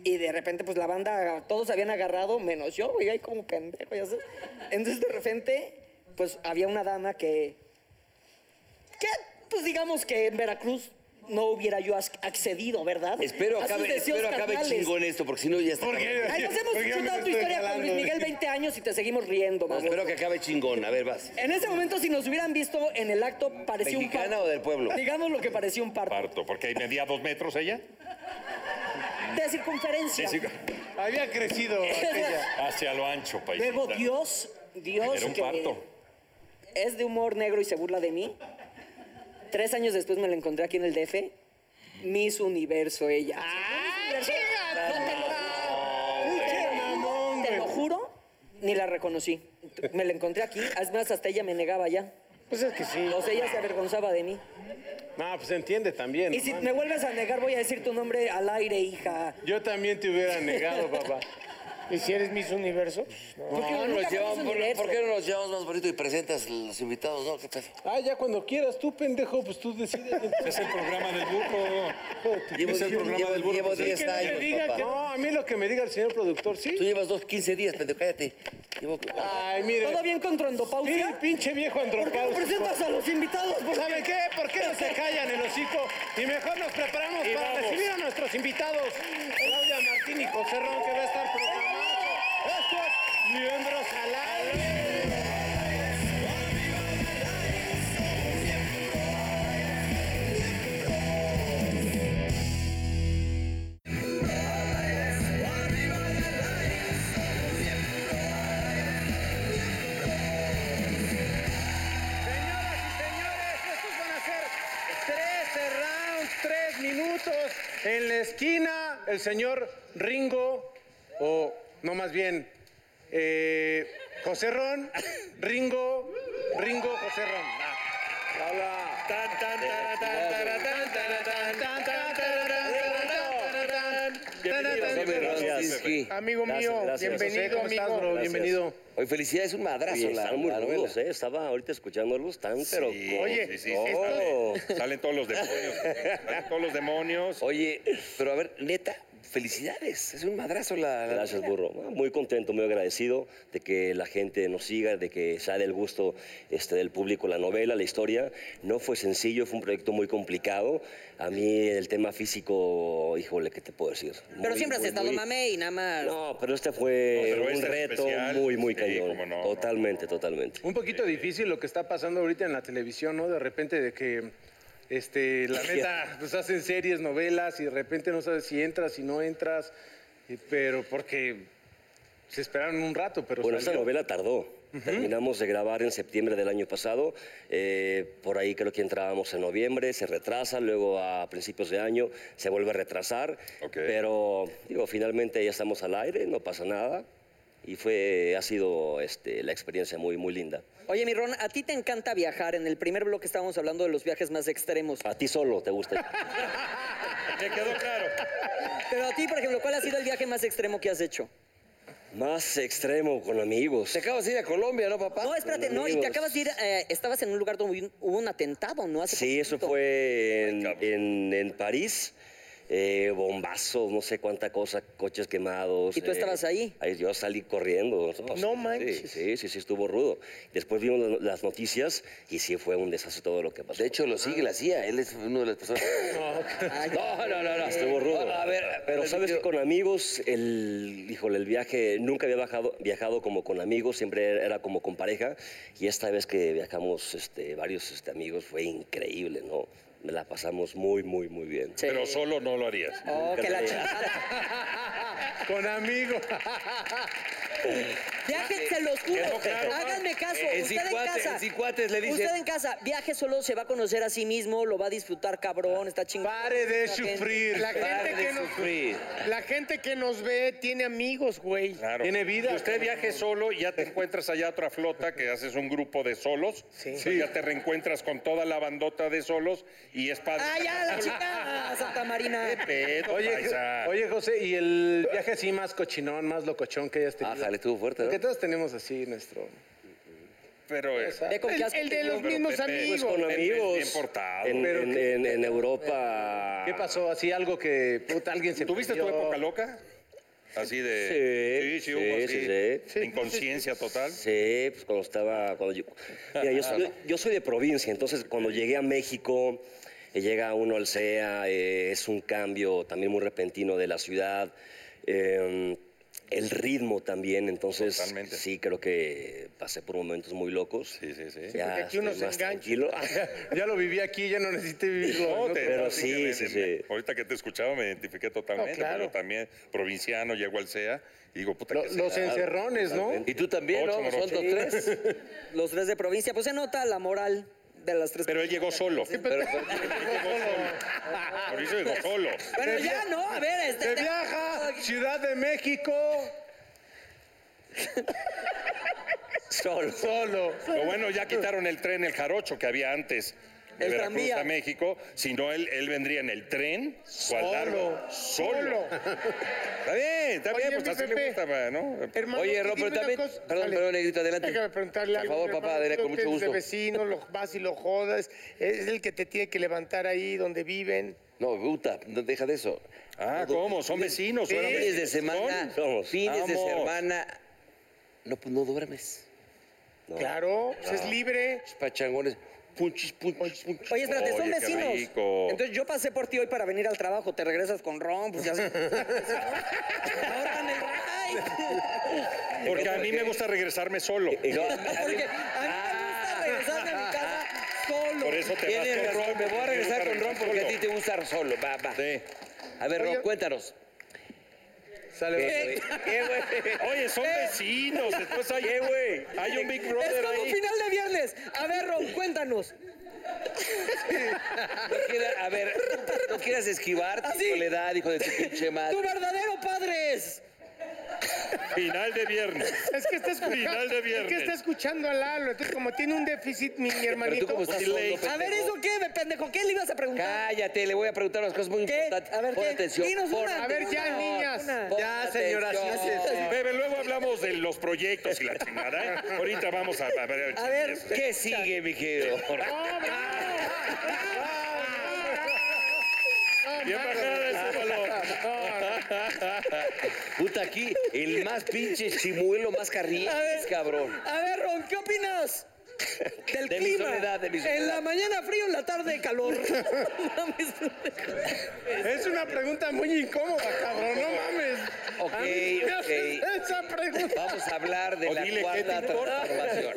Speaker 3: Y de repente, pues la banda, todos habían agarrado, menos yo, güey, ahí como pendejo, ya sabes. Entonces, de repente, pues había una dama que. que, pues digamos que en Veracruz no hubiera yo as- accedido, ¿verdad?
Speaker 4: Espero
Speaker 3: A sus
Speaker 4: acabe,
Speaker 3: deseos
Speaker 4: espero acabe
Speaker 3: carnales.
Speaker 4: chingón esto, porque si no ya está. acabando.
Speaker 3: Ahí nos hemos chutado tu historia con Luis Miguel 20 años y te seguimos riendo,
Speaker 4: No,
Speaker 3: mamón.
Speaker 4: espero que acabe chingón. A ver, vas.
Speaker 3: En ese momento, si nos hubieran visto en el acto, parecía un
Speaker 4: ¿Mexicana
Speaker 3: parto.
Speaker 4: o del pueblo?
Speaker 3: Digamos lo que parecía un parto.
Speaker 5: Parto, porque medía dos metros ella.
Speaker 3: De circunferencia.
Speaker 5: Sí, sí.
Speaker 2: Había crecido
Speaker 5: Hacia lo ancho, país.
Speaker 3: Luego Dios, Dios
Speaker 5: Era un
Speaker 3: que
Speaker 5: parto.
Speaker 3: es de humor negro y se burla de mí. Tres años después me lo encontré aquí en el DF. Miss Universo ella. ¡Ah, Te lo juro, ni la reconocí. Me la encontré aquí. Es más, hasta ella me negaba ya.
Speaker 1: Pues es que sí.
Speaker 3: O sea, ella se avergonzaba de mí.
Speaker 2: No, pues entiende también.
Speaker 3: Y
Speaker 2: no
Speaker 3: si
Speaker 2: mames.
Speaker 3: me vuelves a negar, voy a decir tu nombre al aire, hija.
Speaker 2: Yo también te hubiera negado, papá.
Speaker 1: ¿Y si eres Miss Universo? pues,
Speaker 3: ¿Por qué
Speaker 4: No,
Speaker 3: nunca
Speaker 4: nos
Speaker 3: fue
Speaker 4: llevamos-
Speaker 3: Miss
Speaker 4: ¿por,
Speaker 3: Universo?
Speaker 4: por qué no nos llevamos más bonito y presentas los invitados? No, ¿Qué tal?
Speaker 2: Ah, ya cuando quieras, tú pendejo, pues tú decides.
Speaker 5: Es el programa del burro.
Speaker 4: Llevo,
Speaker 5: Es el programa
Speaker 4: llevo-
Speaker 5: del burro,
Speaker 4: llevo
Speaker 5: pues,
Speaker 4: 10
Speaker 1: no te
Speaker 4: años,
Speaker 1: diga
Speaker 4: papá.
Speaker 2: No, a mí lo que me diga el señor productor,
Speaker 4: Tú
Speaker 2: sí.
Speaker 4: llevas dos, 15 días, pendejo, cállate. Llevo-
Speaker 2: Ay, mire.
Speaker 3: ¿Todo bien con
Speaker 2: Mire el
Speaker 3: trondopausia?
Speaker 2: pinche viejo
Speaker 3: ¿Por qué no
Speaker 2: andropausia.
Speaker 3: presentas a los invitados? ¿Por qué?
Speaker 2: ¿Saben qué? ¿Por qué no se callan el hocico? Y mejor nos preparamos para recibir a nuestros invitados. Claudia Martín y José Ron, que va a estar programado. Esto es Miembros al Aire. Señoras y señores, estos van a ser 13 rounds, 3 minutos. En la esquina, el señor Ringo, o no más bien, eh, José Ron, Ringo, Ringo, José Ron. Ah. Hola. Tan, tan, taran, tan, taran, tan, taran, tan, tan, taran, taran, taran, taran, taran, taran, taran, taran.
Speaker 4: Rosinski.
Speaker 1: Amigo mío,
Speaker 2: José,
Speaker 1: bienvenido,
Speaker 2: ¿cómo estás,
Speaker 1: amigo.
Speaker 2: bro? Bienvenido.
Speaker 4: Oye, felicidades, un madrazo.
Speaker 6: Oye,
Speaker 4: la-
Speaker 6: están
Speaker 4: muy
Speaker 6: muy
Speaker 4: ruda.
Speaker 6: rudos, ¿eh? Estaba ahorita escuchándolos, tan, pero...
Speaker 1: Oye,
Speaker 5: sí, sí, sí,
Speaker 6: Oh.
Speaker 5: sale- salen todos los demonios. Salen todos los demonios.
Speaker 4: Oye, pero a ver, neta, felicidades. Es un madrazo la. la-
Speaker 6: Gracias, burro. Ah, Muy contento, muy agradecido de que la gente nos siga, de que sea del gusto este, del público la novela, la historia. No fue sencillo, fue un proyecto muy complicado. A mí el tema físico, híjole, ¿qué te puedo decir?
Speaker 7: Pero
Speaker 6: Muy,
Speaker 7: siempre has
Speaker 6: muy,
Speaker 7: estado
Speaker 6: muy-
Speaker 7: mame y nada más.
Speaker 6: No, pero este
Speaker 5: No,
Speaker 6: fue
Speaker 5: pero
Speaker 6: un
Speaker 5: este es
Speaker 6: reto
Speaker 5: especial.
Speaker 6: muy, muy
Speaker 5: Sí,
Speaker 6: cañón.
Speaker 5: cómo no, no.
Speaker 6: totalmente, totalmente.
Speaker 2: Un poquito difícil lo que está pasando ahorita en la televisión, ¿no? De repente de que, este, la neta, pues hacen series, novelas y de repente no sabes si entras, si no entras, y- pero porque se esperaron un rato, pero
Speaker 6: Bueno, esta
Speaker 2: salió.
Speaker 6: novela tardó. Terminamos de grabar en septiembre del año pasado. eh, por ahí creo que entrábamos en noviembre, se retrasa, luego a principios de año se vuelve a retrasar.
Speaker 5: Ok.
Speaker 6: Pero, digo, finalmente ya estamos al aire, no pasa nada. Y fue, ha sido este, la experiencia muy, muy linda.
Speaker 3: Oye, mi Ron, a ti te encanta viajar. En el primer bloque estábamos hablando de los viajes más extremos.
Speaker 6: A ti solo te gusta.
Speaker 5: Me quedó claro.
Speaker 3: Pero a ti, por ejemplo, ¿cuál ha sido el viaje más extremo que has hecho?
Speaker 6: Más extremo con amigos.
Speaker 4: Te acabas de ir a Colombia, ¿no, papá?
Speaker 3: No, espérate,
Speaker 6: con
Speaker 3: no, y te
Speaker 6: amigos.
Speaker 3: acabas de ir, eh, estabas en un lugar donde hubo un- hubo un atentado, ¿no? Hace
Speaker 6: Sí, eso
Speaker 3: poquito.
Speaker 6: fue en, en- en París. Eh, bombazos, no sé cuánta cosa, coches quemados.
Speaker 3: ¿Y tú
Speaker 6: eh,
Speaker 3: estabas ahí?
Speaker 6: Yo salí corriendo. No, sí,
Speaker 1: manches.
Speaker 6: Sí, sí, sí, estuvo rudo. Después vimos la- las noticias y sí fue un desastre todo lo que pasó.
Speaker 4: De hecho, lo sigue la CIA. Él es uno de las personas. No, no, no, no.
Speaker 6: Estuvo rudo.
Speaker 4: A ver,
Speaker 6: pero sabes que
Speaker 4: con.
Speaker 6: con amigos, el, híjole, el viaje, nunca había bajado- viajado como con amigos, siempre era como con pareja. Y esta vez que viajamos este, varios este, amigos fue increíble, ¿no? Me la pasamos muy, muy, muy bien.
Speaker 3: Sí.
Speaker 5: Pero solo no lo harías.
Speaker 3: Oh, que la chingada.
Speaker 2: Con amigos.
Speaker 3: Viajen, se los juro. Háganme caso.
Speaker 4: En
Speaker 3: Usted en
Speaker 4: Cicuates-
Speaker 3: casa.
Speaker 4: en Cicuates le dicen.
Speaker 3: Usted en casa, viaje solo, se va a conocer a sí mismo, lo va a disfrutar, cabrón, está chingón.
Speaker 2: Pare de sufrir.
Speaker 1: La gente, que nos,
Speaker 4: sufrir.
Speaker 1: la gente que nos ve tiene amigos, güey.
Speaker 5: Claro.
Speaker 2: Tiene vida.
Speaker 5: Y usted viaje solo y ya te encuentras allá otra flota que haces un grupo de solos. Sí. Ya te reencuentras con toda la bandota de solos y es padre.
Speaker 3: ¡Ah, ya, la chica! Santa Marina.
Speaker 5: ¿Qué pedo,
Speaker 2: Oye,
Speaker 5: paisa?
Speaker 2: Jo- oye, José, y el viaje así más cochinón, más locochón que hayas tenido.
Speaker 4: Ájale, estuvo fuerte, ¿no?
Speaker 2: Porque todos tenemos así nuestro...
Speaker 8: pero es.
Speaker 3: Ve con qué
Speaker 1: El-
Speaker 3: asco
Speaker 1: el
Speaker 3: te
Speaker 1: de
Speaker 3: dio.
Speaker 1: los
Speaker 8: Pero
Speaker 1: mismos
Speaker 8: Pepe,
Speaker 1: amigos.
Speaker 8: pues,
Speaker 6: con
Speaker 8: Pepe es
Speaker 6: amigos.
Speaker 8: bien portado.
Speaker 6: en,
Speaker 8: Pero
Speaker 6: en- en- en Europa.
Speaker 7: ¿Qué pasó? Así algo que puta, alguien se
Speaker 8: ¿Tuviste tu
Speaker 7: perdió.
Speaker 8: época loca? Así de.
Speaker 6: Sí,
Speaker 8: hubo
Speaker 6: sí,
Speaker 8: así.
Speaker 6: sí, sí.
Speaker 8: de Inconsciencia total.
Speaker 6: Sí, pues cuando estaba. Cuando yo, Mira, yo, soy- yo- yo soy de provincia, entonces cuando llegué a México, eh, llega uno al CEA, eh, es un cambio también muy repentino de la ciudad. eh, el ritmo también, entonces
Speaker 8: Totalmente.
Speaker 6: sí creo que pasé por momentos muy locos.
Speaker 8: Sí, sí, sí.
Speaker 6: Ya
Speaker 1: porque aquí uno
Speaker 6: estoy
Speaker 1: se
Speaker 6: más
Speaker 1: engancha.
Speaker 6: tranquilo.
Speaker 7: Ya lo viví aquí, ya no necesité vivirlo.
Speaker 8: No,
Speaker 7: en
Speaker 8: te-
Speaker 7: otro.
Speaker 6: pero
Speaker 8: no,
Speaker 6: sí,
Speaker 8: que me-
Speaker 6: sí,
Speaker 8: me-
Speaker 6: sí.
Speaker 8: Ahorita que te escuchaba me identifiqué totalmente,
Speaker 1: No, claro.
Speaker 8: pero también provinciano, llego al CEA y digo, puta,
Speaker 7: Lo-
Speaker 8: que
Speaker 7: los encerrones, ¿no?
Speaker 6: Totalmente.
Speaker 4: Y tú también,
Speaker 8: Ocho,
Speaker 4: ¿no? Son
Speaker 8: morocho.
Speaker 4: los tres.
Speaker 3: Los tres de provincia, pues se nota la moral de las tres.
Speaker 8: Pero él llegó solo.
Speaker 4: Pero,
Speaker 8: Mauricio llegó solo.
Speaker 3: Bueno, ya no, a ver, este.
Speaker 7: ¡Se
Speaker 3: te-
Speaker 7: viaja! ¡Ciudad de México!
Speaker 6: Solo.
Speaker 7: Solo.
Speaker 8: Lo bueno, ya quitaron el tren, el jarocho que había antes de
Speaker 3: El
Speaker 8: Veracruz
Speaker 3: tranvía.
Speaker 8: a México, si no, él, él vendría en el tren o al largo. Solo. Está bien, está
Speaker 1: Oye,
Speaker 8: bien, pues
Speaker 1: mi
Speaker 8: así
Speaker 1: Pepe.
Speaker 8: le gusta, ¿no?
Speaker 1: Hermano,
Speaker 4: Oye,
Speaker 1: y
Speaker 4: Ro, pero
Speaker 1: dime
Speaker 4: también-
Speaker 1: una cosa.
Speaker 4: perdón,
Speaker 1: Dale.
Speaker 4: perdón, Negrito, adelante.
Speaker 1: Déjame preguntarle
Speaker 4: Por
Speaker 1: algo.
Speaker 4: favor,
Speaker 1: mi
Speaker 4: papá,
Speaker 1: hermano,
Speaker 4: adelante,
Speaker 1: tú
Speaker 4: con mucho
Speaker 1: tienes de
Speaker 4: gusto.
Speaker 1: vecino, lo vas y lo jodas. Es el que te tiene que levantar ahí donde viven.
Speaker 4: no, puta, no deja de eso.
Speaker 8: Ah, ¿cómo? Son vecinos. son
Speaker 4: Fines de
Speaker 8: amigos.
Speaker 4: semana,
Speaker 6: Somos.
Speaker 4: fines de
Speaker 8: Vamos.
Speaker 4: semana. No, pues no duermes.
Speaker 1: Claro, pues es libre.
Speaker 4: Los Pachangones, punchis, punchis, punchis.
Speaker 3: este, Oye, espérate, son
Speaker 8: Oye, qué
Speaker 3: vecinos.
Speaker 8: rico.
Speaker 3: Entonces yo pasé por ti hoy para venir al trabajo, te regresas con ron, pues ya sé. Ahora me Ay.
Speaker 8: Porque a mí me gusta regresarme solo.
Speaker 3: Porque a
Speaker 4: Ah.
Speaker 3: mí me gusta regresar a mi casa solo.
Speaker 8: Por eso te vas
Speaker 4: Tienes
Speaker 8: con
Speaker 4: razón,
Speaker 8: Ron.
Speaker 4: me voy a regresar
Speaker 8: Nunca
Speaker 4: con Ron porque a ti
Speaker 8: regresas
Speaker 4: te gusta solo. Va, va.
Speaker 8: solo.
Speaker 4: A ver, Ron, cuéntanos.
Speaker 7: Sale.
Speaker 4: ¿Qué, güey?
Speaker 8: Sí. Oye, son vecinos. Entonces hay, hay un Big
Speaker 3: Es
Speaker 8: Brother
Speaker 3: como
Speaker 8: ahí.
Speaker 3: final de viernes. A ver, Ron, cuéntanos.
Speaker 4: No quiera- a ver, no quieras esquivar
Speaker 6: Ah,
Speaker 4: tu
Speaker 3: Así.
Speaker 4: soledad, hijo de tu pinche madre.
Speaker 3: ¡Tu verdadero padre es!
Speaker 8: Final de viernes.
Speaker 1: Es que está
Speaker 8: Final
Speaker 1: escuchando,
Speaker 8: de
Speaker 1: es que
Speaker 8: viernes.
Speaker 1: está escuchando a Lalo. Entonces, como tiene un déficit, mi
Speaker 4: Pero tú
Speaker 1: hermanito.
Speaker 4: como estás
Speaker 8: Sí,
Speaker 4: solo,
Speaker 8: ley.
Speaker 4: pendejo.
Speaker 3: A ver, ¿eso qué, me pendejo? ¿Qué le ibas a preguntar?
Speaker 4: Cállate, le voy a preguntar unas cosas muy
Speaker 3: ¿Qué?
Speaker 4: importantes.
Speaker 3: A ver,
Speaker 4: Pon
Speaker 3: ¿qué?
Speaker 4: atención.
Speaker 3: Dinos
Speaker 4: pon
Speaker 3: una,
Speaker 1: A ver, ya,
Speaker 3: una,
Speaker 1: niñas.
Speaker 3: una.
Speaker 4: Pon
Speaker 7: Ya, señora, sí,
Speaker 4: atención.
Speaker 7: sí,
Speaker 8: Bebe, luego hablamos de los proyectos y la chingada. ¿eh? Ahorita vamos a, a ver.
Speaker 3: A ver,
Speaker 4: ¿Qué sigue, mi querido?
Speaker 1: ¡No, bravo!
Speaker 8: Bien bajada de ese balón.
Speaker 4: Puta, aquí el más pinche chimuelo, más
Speaker 3: A ver.
Speaker 4: carriles, cabrón.
Speaker 3: A ver, Ron, ¿qué opinas? Del
Speaker 4: De mi
Speaker 3: clima.
Speaker 4: soledad, de mi
Speaker 3: En la
Speaker 4: soledad.
Speaker 3: mañana frío, en la tarde calor. No mames.
Speaker 7: Es una pregunta muy incómoda, cabrón, no mames.
Speaker 4: Ok,
Speaker 7: A mí me haces
Speaker 4: ok.
Speaker 7: Esa pregunta.
Speaker 4: Vamos a hablar de
Speaker 8: O
Speaker 4: la
Speaker 8: dile, ¿qué
Speaker 4: cuarta
Speaker 8: te importa?
Speaker 4: transformación.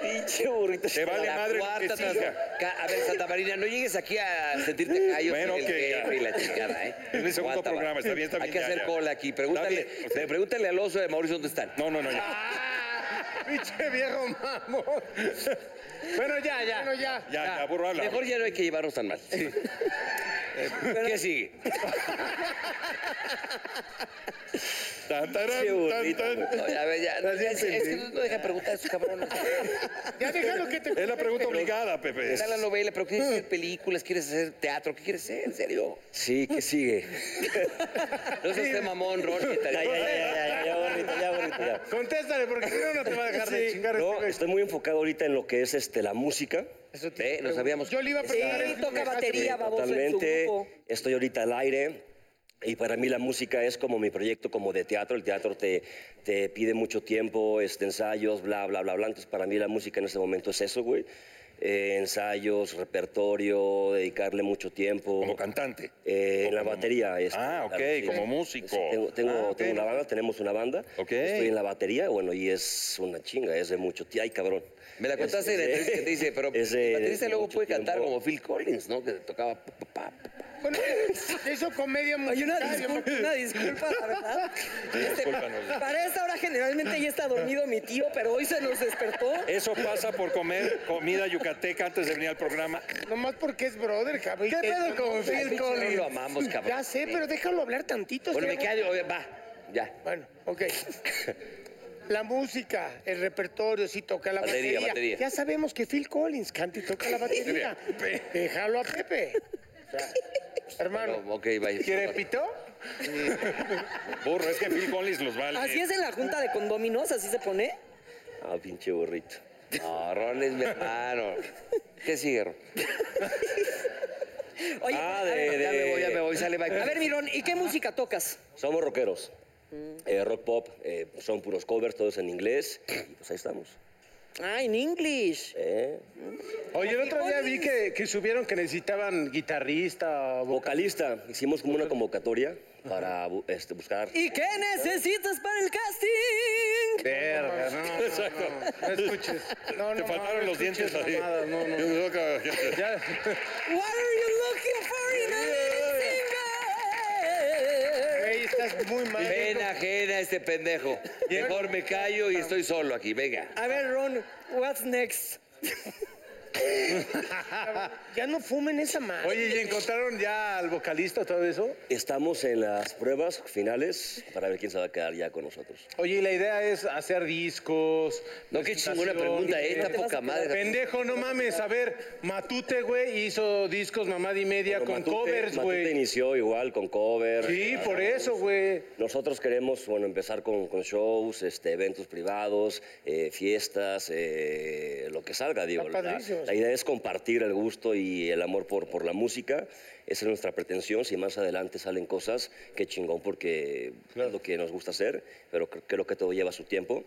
Speaker 4: Pinche burrito.
Speaker 8: Te vale
Speaker 4: la
Speaker 8: madre lo que
Speaker 4: cuarta
Speaker 8: siga.
Speaker 4: transformación. A ver, Santa Marina, no llegues aquí a sentirte callos
Speaker 8: Bueno,
Speaker 4: el
Speaker 8: ok, ya.
Speaker 4: jefe y la chingada, ¿eh?
Speaker 8: Es mi segundo
Speaker 4: Aguanta, va.
Speaker 8: programa, está bien, está
Speaker 4: Hay
Speaker 8: bien,
Speaker 4: que
Speaker 8: ya,
Speaker 4: hacer
Speaker 8: ya.
Speaker 4: cola aquí. Pregúntale,
Speaker 8: Está bien, ok.
Speaker 4: pregúntale al oso de Mauricio dónde están.
Speaker 8: No, no, no. Ya,
Speaker 7: Pinche viejo mamón. Bueno, ya, ya.
Speaker 1: Bueno, ya.
Speaker 8: ya, ya burro, habla.
Speaker 4: Mejor ya no hay que llevarnos tan mal. ¿Qué sigue?
Speaker 8: Tan, tarán,
Speaker 4: Qué
Speaker 8: tan,
Speaker 4: bonito.
Speaker 8: tan.
Speaker 4: No, a ver, ya. Es, es que no deja preguntar a esos cabrones.
Speaker 1: Ya déjalo que te
Speaker 8: Es la pregunta obligada, Pepe.
Speaker 4: Está la novela, pero ¿quieres hacer películas? ¿Quieres hacer teatro? ¿Qué quieres hacer? ¿En serio?
Speaker 6: Sí, ¿qué sigue?
Speaker 4: No seas de mamón, Ron. ¿qué tal?
Speaker 6: Ya, ya, ya, ya, ya, ya, bonito, ya, bonito, ya.
Speaker 2: Ah.
Speaker 7: Contéstale, porque si no, no te va a dejar de chingar. este
Speaker 6: No,
Speaker 7: güey.
Speaker 6: estoy muy enfocado ahorita en lo que es este, la música.
Speaker 4: ¿Eh? Nos habíamos...
Speaker 1: Yo le iba a preguntar.
Speaker 3: Sí,
Speaker 1: eso.
Speaker 3: toca batería, baboso, en su
Speaker 6: Totalmente.
Speaker 3: grupo.
Speaker 6: Estoy ahorita al aire. Y para mí la música es como mi proyecto como de teatro. El teatro te, te pide mucho tiempo, este, ensayos, bla, bla, bla, bla. Entonces para mí la música en este momento es eso, güey. Eh, ensayos, repertorio, dedicarle mucho tiempo.
Speaker 8: Como cantante.
Speaker 6: Eh, en la
Speaker 8: como-
Speaker 6: batería. este,
Speaker 8: Ah, ok,
Speaker 6: claro, sí.
Speaker 8: como músico.
Speaker 6: Sí, tengo tengo,
Speaker 8: Ah, ok.
Speaker 6: tengo una banda, tenemos una banda.
Speaker 8: Ok.
Speaker 6: Estoy en la batería, bueno, y es una chinga, es de mucho tiempo. Ay, cabrón. Este,
Speaker 4: Me la contaste en la entrevista que te dice, pero
Speaker 6: es de-
Speaker 4: el baterista
Speaker 6: de
Speaker 4: luego
Speaker 6: mucho
Speaker 4: puede cantar
Speaker 6: tiempo.
Speaker 4: como Phil Collins, ¿no? Que tocaba... pa, pa, pa, pa.
Speaker 1: Bueno, te hizo comedia
Speaker 3: Oye, una
Speaker 1: musical.
Speaker 3: disculpa, una disculpa, la verdad. Este,
Speaker 8: Discúlpanos.
Speaker 3: para esta hora generalmente ya está dormido mi tío, pero hoy se nos despertó.
Speaker 8: Eso pasa por comer comida yucateca antes de venir al programa.
Speaker 1: Nomás porque es brother, cabrón.
Speaker 7: ¿Qué pedo con
Speaker 4: Al
Speaker 7: Phil
Speaker 4: pinche Ron
Speaker 7: Collins?
Speaker 4: lo amamos, cabrón.
Speaker 1: Ya sé, pero déjalo hablar tantito.
Speaker 4: Bueno,
Speaker 1: si
Speaker 4: me
Speaker 6: ¿eh?
Speaker 1: algo-
Speaker 4: queda... oye, Va, ya.
Speaker 1: Bueno, ok. La música, el repertorio, sí toca la
Speaker 4: Batería,
Speaker 1: batería.
Speaker 4: batería.
Speaker 1: Ya sabemos que Phil Collins canta y toca la batería. Déjalo a Pepe. O sea, hermano,
Speaker 4: No, ok, vaya.
Speaker 7: ¿Quiere pito?
Speaker 8: Burro, es que Phil Collins los vale.
Speaker 3: Así es en la junta de condóminos, así se pone.
Speaker 6: Ah, pinche burrito.
Speaker 4: No, Ron es mi hermano. ¿Qué sigue, Ron?
Speaker 3: Oye,
Speaker 4: Ah,
Speaker 3: a ver,
Speaker 4: de, de...
Speaker 3: ya me voy, ya me
Speaker 4: voy, sale
Speaker 3: voy. A ver, Mirón, ¿y qué música tocas?
Speaker 6: Somos rockeros.
Speaker 7: Mm.
Speaker 6: Eh, rock pop, eh, son puros covers, todos en inglés. Y pues ahí estamos.
Speaker 3: Ah, en English.
Speaker 6: ¿eh?
Speaker 2: Oye, el otro día vi que, que subieron que necesitaban guitarrista. vocal.
Speaker 6: Vocalista, hicimos como una convocatoria para bu- este, buscar.
Speaker 3: ¿Y qué necesitas para el casting?
Speaker 2: Verga, no, no,
Speaker 7: Exacto.
Speaker 2: no, no escuches. No, no,
Speaker 7: Te faltaron
Speaker 2: no, no
Speaker 7: los dientes
Speaker 2: escuches
Speaker 7: ahí.
Speaker 2: mamadas, No, no, no. Ya,
Speaker 3: What are you looking for in a lead
Speaker 1: Güey, estás muy mal.
Speaker 4: Pena ajena este pendejo. Mejor me callo y estoy solo aquí, venga.
Speaker 3: singer? A ver, Ron, what's next?
Speaker 1: Ya no fumen esa madre.
Speaker 2: oye, ¿y encontraron ya al vocalista todo eso?
Speaker 6: Estamos en las pruebas finales para ver quién se va a quedar ya con nosotros.
Speaker 2: Oye, y la idea es hacer discos.
Speaker 4: No, qué chingona pregunta, eh,
Speaker 2: presentaciones.
Speaker 4: está poca madre.
Speaker 2: Pendejo, no mames. A ver, Matute, güey, hizo discos mamada y media
Speaker 6: Pero
Speaker 2: con
Speaker 6: Matute-
Speaker 2: covers,
Speaker 6: Matute
Speaker 2: güey.
Speaker 6: inició igual con covers.
Speaker 2: Sí,
Speaker 6: Ah,
Speaker 2: por eso, güey.
Speaker 6: Nosotros queremos bueno, empezar con, con shows, este, eventos privados, eh, fiestas, eh, lo que salga, digo.
Speaker 1: Está
Speaker 6: La,
Speaker 1: padrísimo.
Speaker 6: la idea es compartir el gusto y el amor por, por la música. Esa es nuestra pretensión. Si más adelante salen cosas, qué chingón, porque es lo que nos gusta hacer, pero cre- creo que todo lleva su tiempo.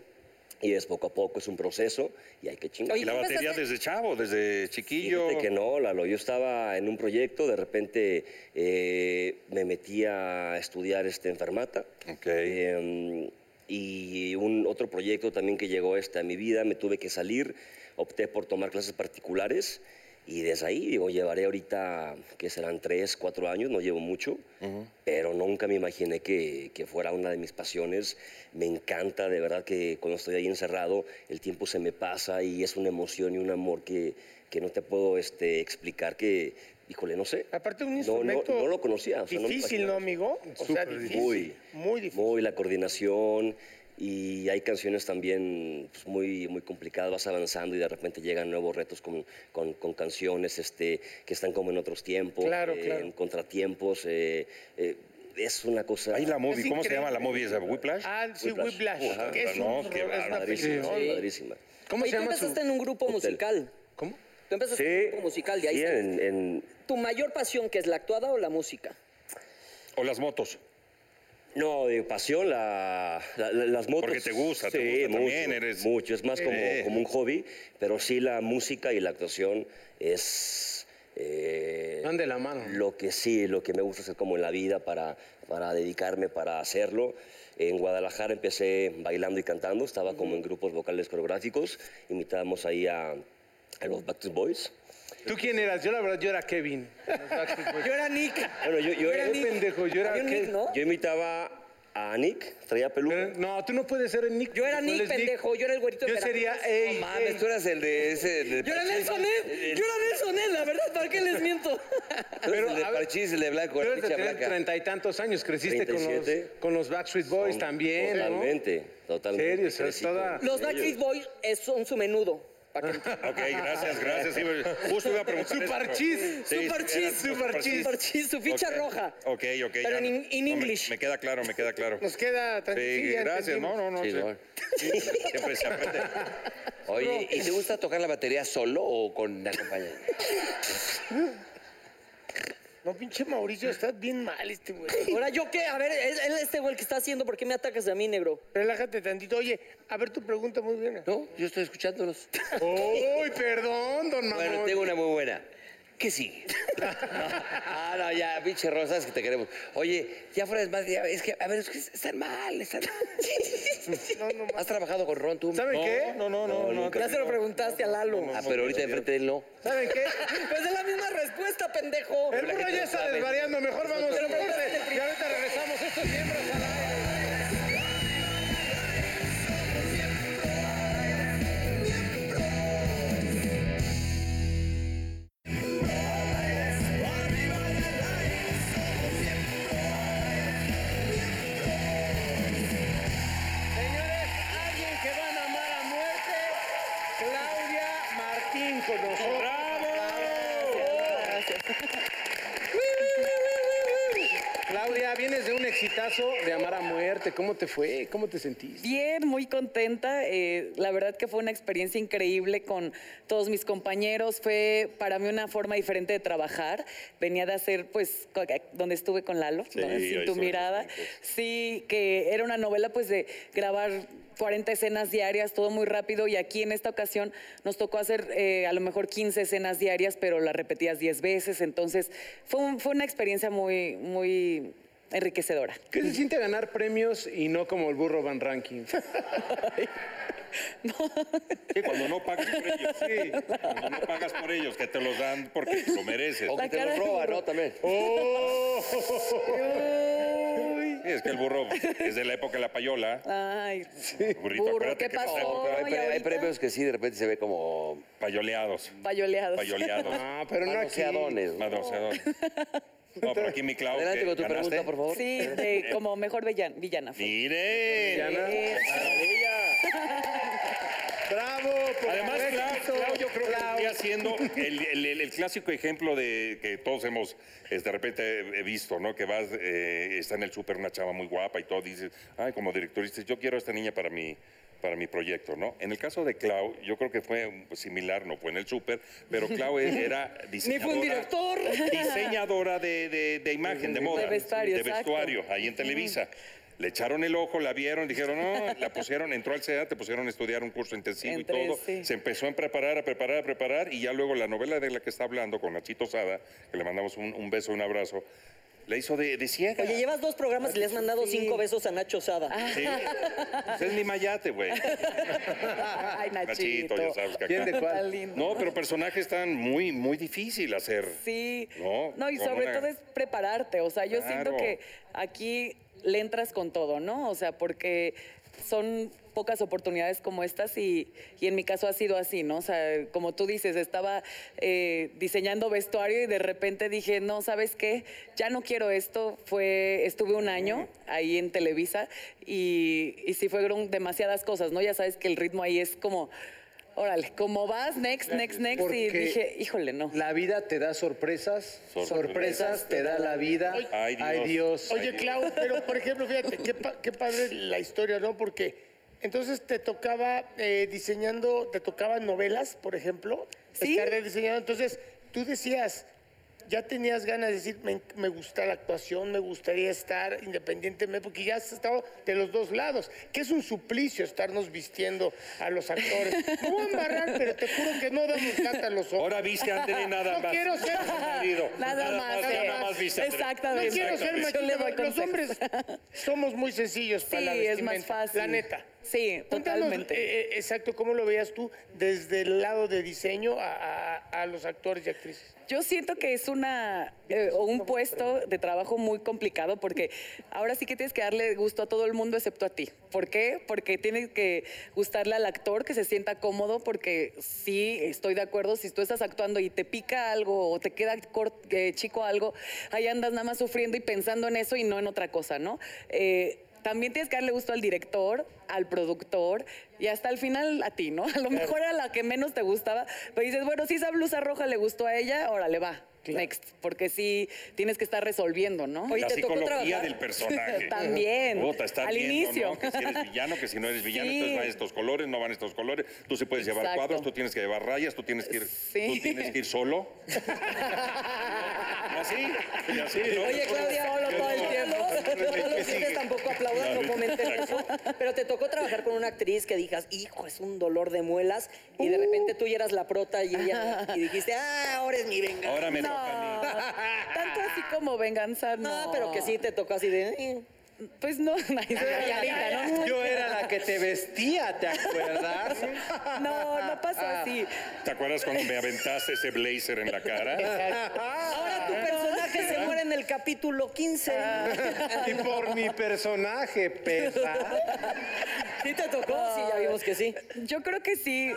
Speaker 6: Y es poco a poco, es un proceso y hay que chingar.
Speaker 3: Oye,
Speaker 7: Y la
Speaker 3: ¿Tú
Speaker 7: batería
Speaker 3: empezaste?
Speaker 7: desde chavo, desde chiquillo.
Speaker 6: Fíjate que no, Lalo. Yo estaba en un proyecto, de repente eh, me metí a estudiar este enfermata.
Speaker 7: Ok.
Speaker 6: Eh, y un otro proyecto también que llegó este a mi vida, me tuve que salir, opté por tomar clases particulares. Y desde ahí, digo, llevaré ahorita, que serán tres, cuatro años, no llevo mucho, pero nunca me imaginé que, que fuera una de mis pasiones. Me encanta, de verdad, que cuando estoy ahí encerrado, el tiempo se me pasa y es una emoción y un amor que, que no te puedo este, explicar, que, híjole, no sé.
Speaker 1: Aparte un
Speaker 6: No, no-
Speaker 1: instrumento
Speaker 6: no lo conocía, o sea, no me
Speaker 1: difícil, ¿no,
Speaker 6: imaginaba.
Speaker 1: amigo? O sea, difícil.
Speaker 6: Muy,
Speaker 1: muy difícil.
Speaker 6: Muy, la coordinación. Y hay canciones también pues, muy, muy complicadas, vas avanzando y de repente llegan nuevos retos con, con- con canciones este, que están como en otros tiempos,
Speaker 1: Claro,
Speaker 6: eh,
Speaker 1: claro.
Speaker 6: en contratiempos. eh, eh, es una cosa...
Speaker 7: Ahí la movie,
Speaker 1: Es
Speaker 7: ¿cómo se llama la
Speaker 1: increíble.
Speaker 7: movie esa? ¿Whiplash?
Speaker 1: Ah, sí,
Speaker 6: Whiplash.
Speaker 1: Whiplash.
Speaker 7: Ajá,
Speaker 1: que es,
Speaker 7: no,
Speaker 1: un,
Speaker 7: qué
Speaker 1: es una
Speaker 7: bárbaro.
Speaker 6: padrísima,
Speaker 1: película.
Speaker 6: sí, padrísima.
Speaker 2: ¿Cómo
Speaker 3: Oye,
Speaker 2: se
Speaker 3: tú
Speaker 2: llama
Speaker 3: empezaste
Speaker 2: su...?
Speaker 3: en un grupo
Speaker 6: hotel?
Speaker 3: musical.
Speaker 2: ¿Cómo?
Speaker 3: Tú empezaste en un grupo musical, de ahí
Speaker 6: sí,
Speaker 3: sale.
Speaker 6: en- en-
Speaker 3: ¿Tu mayor pasión que es la actuada o la música?
Speaker 7: ¿O las motos?
Speaker 6: No, de pasión, la, la- la- las motos.
Speaker 7: Porque te gusta, te gusta también, eres-
Speaker 6: Mucho, es más como,
Speaker 7: Eh.
Speaker 6: como un hobby, pero sí la música y la actuación es... eh,
Speaker 2: Van de la mano.
Speaker 6: Lo que sí, lo que me gusta hacer como en la vida para, para dedicarme, para hacerlo. En Guadalajara empecé bailando y cantando, estaba como en grupos vocales coreográficos, invitábamos ahí a, a los Backstreet Boys.
Speaker 2: ¿Tú quién eras? Yo, la verdad, yo era Kevin.
Speaker 3: Yo era Nick.
Speaker 6: Bueno, yo, yo,
Speaker 2: Qué pendejo,
Speaker 7: Ah,
Speaker 2: yo era
Speaker 3: Había un
Speaker 2: Kevin.
Speaker 3: Nick, ¿no?
Speaker 6: yo imitaba a Nick, traía peluca.
Speaker 7: Eh,
Speaker 2: Pero, no, tú no puedes ser el Nick.
Speaker 3: Yo era
Speaker 2: porque tú
Speaker 3: Nick,
Speaker 2: eres
Speaker 3: pendejo, yo era el güerito de
Speaker 2: Yo
Speaker 3: Veracruz.
Speaker 2: sería ey,
Speaker 4: No mames,
Speaker 2: ey.
Speaker 4: tú eras el de ese. el de
Speaker 3: Yo era
Speaker 4: Parchís.
Speaker 3: Nelson Ed, yo era Nelson Ed, la verdad, ¿para qué les miento?
Speaker 4: Tú eres
Speaker 2: Pero,
Speaker 4: el de
Speaker 2: a ver,
Speaker 4: Parchís, el de blanco,
Speaker 2: Tú
Speaker 4: la
Speaker 2: eres de
Speaker 4: ficha
Speaker 2: tener
Speaker 4: blanca.
Speaker 2: treinta y tantos años, creciste con los,
Speaker 6: 37.
Speaker 2: con los Backstreet Boys también, ¿no?
Speaker 6: Totalmente, totalmente.
Speaker 2: serio, o sea,
Speaker 6: Crecí
Speaker 2: toda-
Speaker 6: con
Speaker 3: Los
Speaker 6: ellos.
Speaker 3: Backstreet Boys es- son su menudo. para que-
Speaker 7: Ok, gracias, gracias. sí, Justo iba a preguntar. eso, pero-
Speaker 2: Superchis,
Speaker 7: Sí,
Speaker 3: superchis,
Speaker 7: era
Speaker 3: superchis, superchis, su ficha
Speaker 7: Ok,
Speaker 3: roja.
Speaker 7: Ok, ok.
Speaker 3: Pero
Speaker 7: ya
Speaker 3: en
Speaker 7: no.
Speaker 3: in- in
Speaker 7: No, me-
Speaker 3: English.
Speaker 7: Me queda claro, me queda claro.
Speaker 1: Nos queda
Speaker 7: Sí,
Speaker 1: tranquila.
Speaker 7: gracias. No, no, no.
Speaker 4: Sí,
Speaker 7: sí.
Speaker 4: no.
Speaker 7: Siempre se aprende.
Speaker 4: Oye, ¿y te gusta tocar la batería solo o con la compañía?
Speaker 1: No, pinche Mauricio, estás bien mal este güey.
Speaker 3: Ahora, ¿yo qué? A ver, es- él, este güey el que está haciendo, ¿por qué me atacas a mí, negro?
Speaker 1: Relájate tantito. Oye, a ver tu pregunta muy bien.
Speaker 4: No, yo estoy escuchándolos.
Speaker 2: Uy, perdón, don Manuel.
Speaker 4: Bueno, tengo una muy buena. ¿Qué sigue? Ah, no, ya, pinche rosas que te queremos. Oye, ya fuera de más, es que, a ver, es que están mal, están mal.
Speaker 1: No, no,
Speaker 4: ¿Has trabajado con Ron tú?
Speaker 2: ¿Saben qué?
Speaker 7: No, no, no, no.
Speaker 3: Ya se lo preguntaste a Lalo.
Speaker 4: Ah, pero ahorita enfrente de él no.
Speaker 2: ¿Saben qué?
Speaker 3: Pues es la misma respuesta, pendejo.
Speaker 2: El burro ya está desvariando, mejor vamos a
Speaker 3: Pero, pero,
Speaker 2: corte.
Speaker 3: pero,
Speaker 2: Y ahorita regresamos estos miembros al aire. Señores, alguien que van a amar a muerte, Claudia Martín con nosotros.
Speaker 7: ¡Bravo!
Speaker 2: Gracias. Vienes de un exitazo de Amar a Muerte. ¿Cómo te fue? ¿Cómo te sentiste?
Speaker 8: Bien, muy contenta. eh, la verdad que fue una experiencia increíble con todos mis compañeros. Fue para mí una forma diferente de trabajar. Venía de hacer, pues, co- donde estuve con Lalo,
Speaker 5: Sí,
Speaker 8: donde-
Speaker 5: ahí
Speaker 8: sin tu
Speaker 5: estuve.
Speaker 8: mirada. Sí, que era una novela, pues, de grabar 40 escenas diarias, todo muy rápido. Y aquí en esta ocasión nos tocó hacer eh, a lo mejor 15 escenas diarias, pero las repetías 10 veces. Entonces, fue, un- fue una experiencia muy, muy enriquecedora.
Speaker 2: ¿Qué se siente ganar premios y no como el burro Van Ranking?
Speaker 5: Que cuando no pagas por ellos. Cuando no pagas por ellos, que te los dan porque lo mereces.
Speaker 4: O que
Speaker 8: La
Speaker 4: te
Speaker 8: cara
Speaker 4: los
Speaker 8: de
Speaker 4: roba,
Speaker 8: burro.
Speaker 4: ¿no? También.
Speaker 5: Sí, es que el burro es de la época de la payola.
Speaker 4: Ah.
Speaker 8: Ay,
Speaker 5: Burrito,
Speaker 8: burro,
Speaker 5: acuérdate
Speaker 8: ¿qué
Speaker 5: que pasó,
Speaker 8: pasó?
Speaker 4: Pero hay,
Speaker 8: Y
Speaker 4: pre- hay
Speaker 8: ahorita,
Speaker 4: premios que sí, de repente se ve como
Speaker 5: Payoleados.
Speaker 8: payoleados.
Speaker 5: Payoleados.
Speaker 2: Ah, pero no aquí.
Speaker 4: manoseadones. güey.
Speaker 5: Madroceador. No, por aquí mi Clau.
Speaker 4: Adelante
Speaker 5: que
Speaker 4: con tu
Speaker 5: ganaste.
Speaker 4: pregunta, por favor.
Speaker 8: Sí, de- como mejor villan- villana. fue.
Speaker 5: Mire.
Speaker 2: Diana. Bravo, por
Speaker 5: Además,
Speaker 2: haber
Speaker 5: Clau,
Speaker 2: escrito.
Speaker 5: Clau, yo creo que
Speaker 2: Clau.
Speaker 5: vendría siendo el, el- el- el clásico ejemplo de que todos hemos es, de repente he visto, ¿no? Que vas, eh, está en el súper una chava muy guapa y todo, dices, ay, como director, dices, yo quiero a esta niña para mi, para mi proyecto, ¿no? En el caso de Clau, yo creo que fue similar, no fue en el súper, pero Clau e, era
Speaker 3: Ni
Speaker 5: diseñadora.
Speaker 3: fue un director.
Speaker 5: diseñadora de, de- de imagen, de moda.
Speaker 8: De vestuario, exacto.
Speaker 5: vestuario, ahí en Televisa. Le echaron el ojo, la vieron, dijeron, no, la pusieron, entró al CEA, te pusieron a estudiar un curso intensivo
Speaker 8: Entré,
Speaker 5: y todo.
Speaker 8: sí.
Speaker 5: Se empezó a preparar, a preparar, a preparar, y ya luego la novela de la que está hablando con Nachito Sada, que le mandamos un, un beso, un abrazo, la hizo de, de ciega.
Speaker 3: Oye, llevas dos programas y le has mandado cinco besos a Nacho Sada.
Speaker 5: Sí. Pues es mi mayate, güey.
Speaker 8: Ay,
Speaker 5: Nachito,
Speaker 8: Nachito.
Speaker 5: ya sabes que acá-
Speaker 2: ¿Quién de cuál?
Speaker 8: Tan lindo.
Speaker 5: No, pero personajes están muy, muy difícil hacer.
Speaker 8: Sí.
Speaker 5: No,
Speaker 8: No, y
Speaker 5: con
Speaker 8: sobre
Speaker 5: una-
Speaker 8: todo es prepararte. O sea, yo
Speaker 5: Claro.
Speaker 8: siento que aquí le entras con todo, ¿no? O sea, porque son pocas oportunidades como estas y, y en mi caso ha sido así, ¿no? O sea, como tú dices, estaba eh, diseñando vestuario y de repente dije, no, ¿sabes qué? Ya no quiero esto. Fue, estuve un año ahí en Televisa y, y sí fueron demasiadas cosas, ¿no? Ya sabes que el ritmo ahí es como, órale, como vas, next, next, next. Y
Speaker 2: Porque-
Speaker 8: dije, híjole, no.
Speaker 2: La vida te da sorpresas,
Speaker 5: Sorpresas.
Speaker 2: sorpresas, te da la vida.
Speaker 5: Ay,
Speaker 7: Pues
Speaker 2: Ay,
Speaker 5: Dios. Ay,
Speaker 2: Dios.
Speaker 5: Dios.
Speaker 1: Oye, Clau, pero por ejemplo, fíjate, qué, pa- qué padre la historia, ¿no? Porque entonces te tocaba eh, diseñando, te tocaban novelas, por ejemplo,
Speaker 8: Sí.
Speaker 1: estar de diseñador. Entonces tú decías, ya tenías ganas de decir, me, me gusta la actuación, me gustaría estar independientemente, porque ya has estado de los dos lados, que es un suplicio estarnos vistiendo a los actores. No voy a embarrar, pero te juro que no damos plata a los ojos.
Speaker 5: Ahora viste a André nada
Speaker 1: No
Speaker 5: más.
Speaker 1: quiero ser-
Speaker 5: Tu marido.
Speaker 8: Nada más,
Speaker 5: Nada
Speaker 8: eh.
Speaker 5: más, viste a André.
Speaker 8: Exactamente.
Speaker 1: No quiero ser
Speaker 5: Exactamente.
Speaker 8: Yo
Speaker 1: machista.
Speaker 8: le doy
Speaker 1: Los
Speaker 8: contexto.
Speaker 1: hombres somos muy sencillos
Speaker 8: Sí,
Speaker 1: para la
Speaker 8: es
Speaker 1: vestimenta.
Speaker 8: más fácil.
Speaker 1: La neta.
Speaker 8: Sí,
Speaker 1: Cuéntanos,
Speaker 8: totalmente.
Speaker 1: eh, eh, exacto, ¿cómo lo veías tú desde el lado de diseño a, a- a los actores y actrices?
Speaker 8: Yo siento que es una eh, o un puesto de trabajo muy complicado porque ahora sí que tienes que darle gusto a todo el mundo excepto a ti. ¿Por qué? Porque tiene que gustarle al actor que se sienta cómodo porque sí, estoy de acuerdo, si tú estás actuando y te pica algo o te queda cor- eh, chico algo, ahí andas nada más sufriendo y pensando en eso y no en otra cosa, ¿no? Eh, también tienes que darle gusto al director, al productor y hasta el final a ti, ¿no? A lo mejor era la que menos te gustaba, pero dices, bueno, si esa blusa roja le gustó a ella, órale, va, next. Porque sí tienes que estar resolviendo, ¿no?
Speaker 3: Oye,
Speaker 5: la
Speaker 3: te tocó
Speaker 5: psicología
Speaker 3: trabajar.
Speaker 5: del personaje.
Speaker 8: También.
Speaker 5: Puta, está
Speaker 8: Al
Speaker 5: viendo,
Speaker 8: inicio.
Speaker 5: ¿no? Que si eres villano, que si no eres villano,
Speaker 8: Sí.
Speaker 5: entonces van estos colores, no van estos colores. Tú sí puedes llevar
Speaker 8: Exacto.
Speaker 5: cuadros, tú tienes que llevar rayas, tú tienes que ir,
Speaker 8: Sí.
Speaker 5: tú tienes que ir solo. Así, y así, ¿no?
Speaker 3: Oye, Claudia,
Speaker 8: Solo todo el
Speaker 3: no,
Speaker 8: tiempo.
Speaker 3: No no los digas tampoco aplaudan, no comenten eso. Pero te tocó trabajar con una actriz que digas, hijo, es un dolor de muelas. Y de repente tú ya eras la prota y ella. Y dijiste, ah, ahora es mi venganza.
Speaker 5: Ahora me
Speaker 8: No,
Speaker 5: toca a mí.
Speaker 8: tanto así como venganza, no.
Speaker 3: No, pero que sí te tocó así de. "Eh".
Speaker 8: Pues no, ay, soy bailarina, ¿no?
Speaker 2: Yo era la que te vestía, ¿te acuerdas?
Speaker 8: No, no pasó así.
Speaker 5: ¿Te acuerdas cuando me aventaste ese blazer en la cara?
Speaker 3: Ahora tu
Speaker 8: Ah.
Speaker 3: personaje se muere en el capítulo 15.
Speaker 8: Ah.
Speaker 2: Y por mi personaje, pesa.
Speaker 3: ¿Sí te tocó? Sí, ya vimos que sí.
Speaker 8: Yo creo que sí.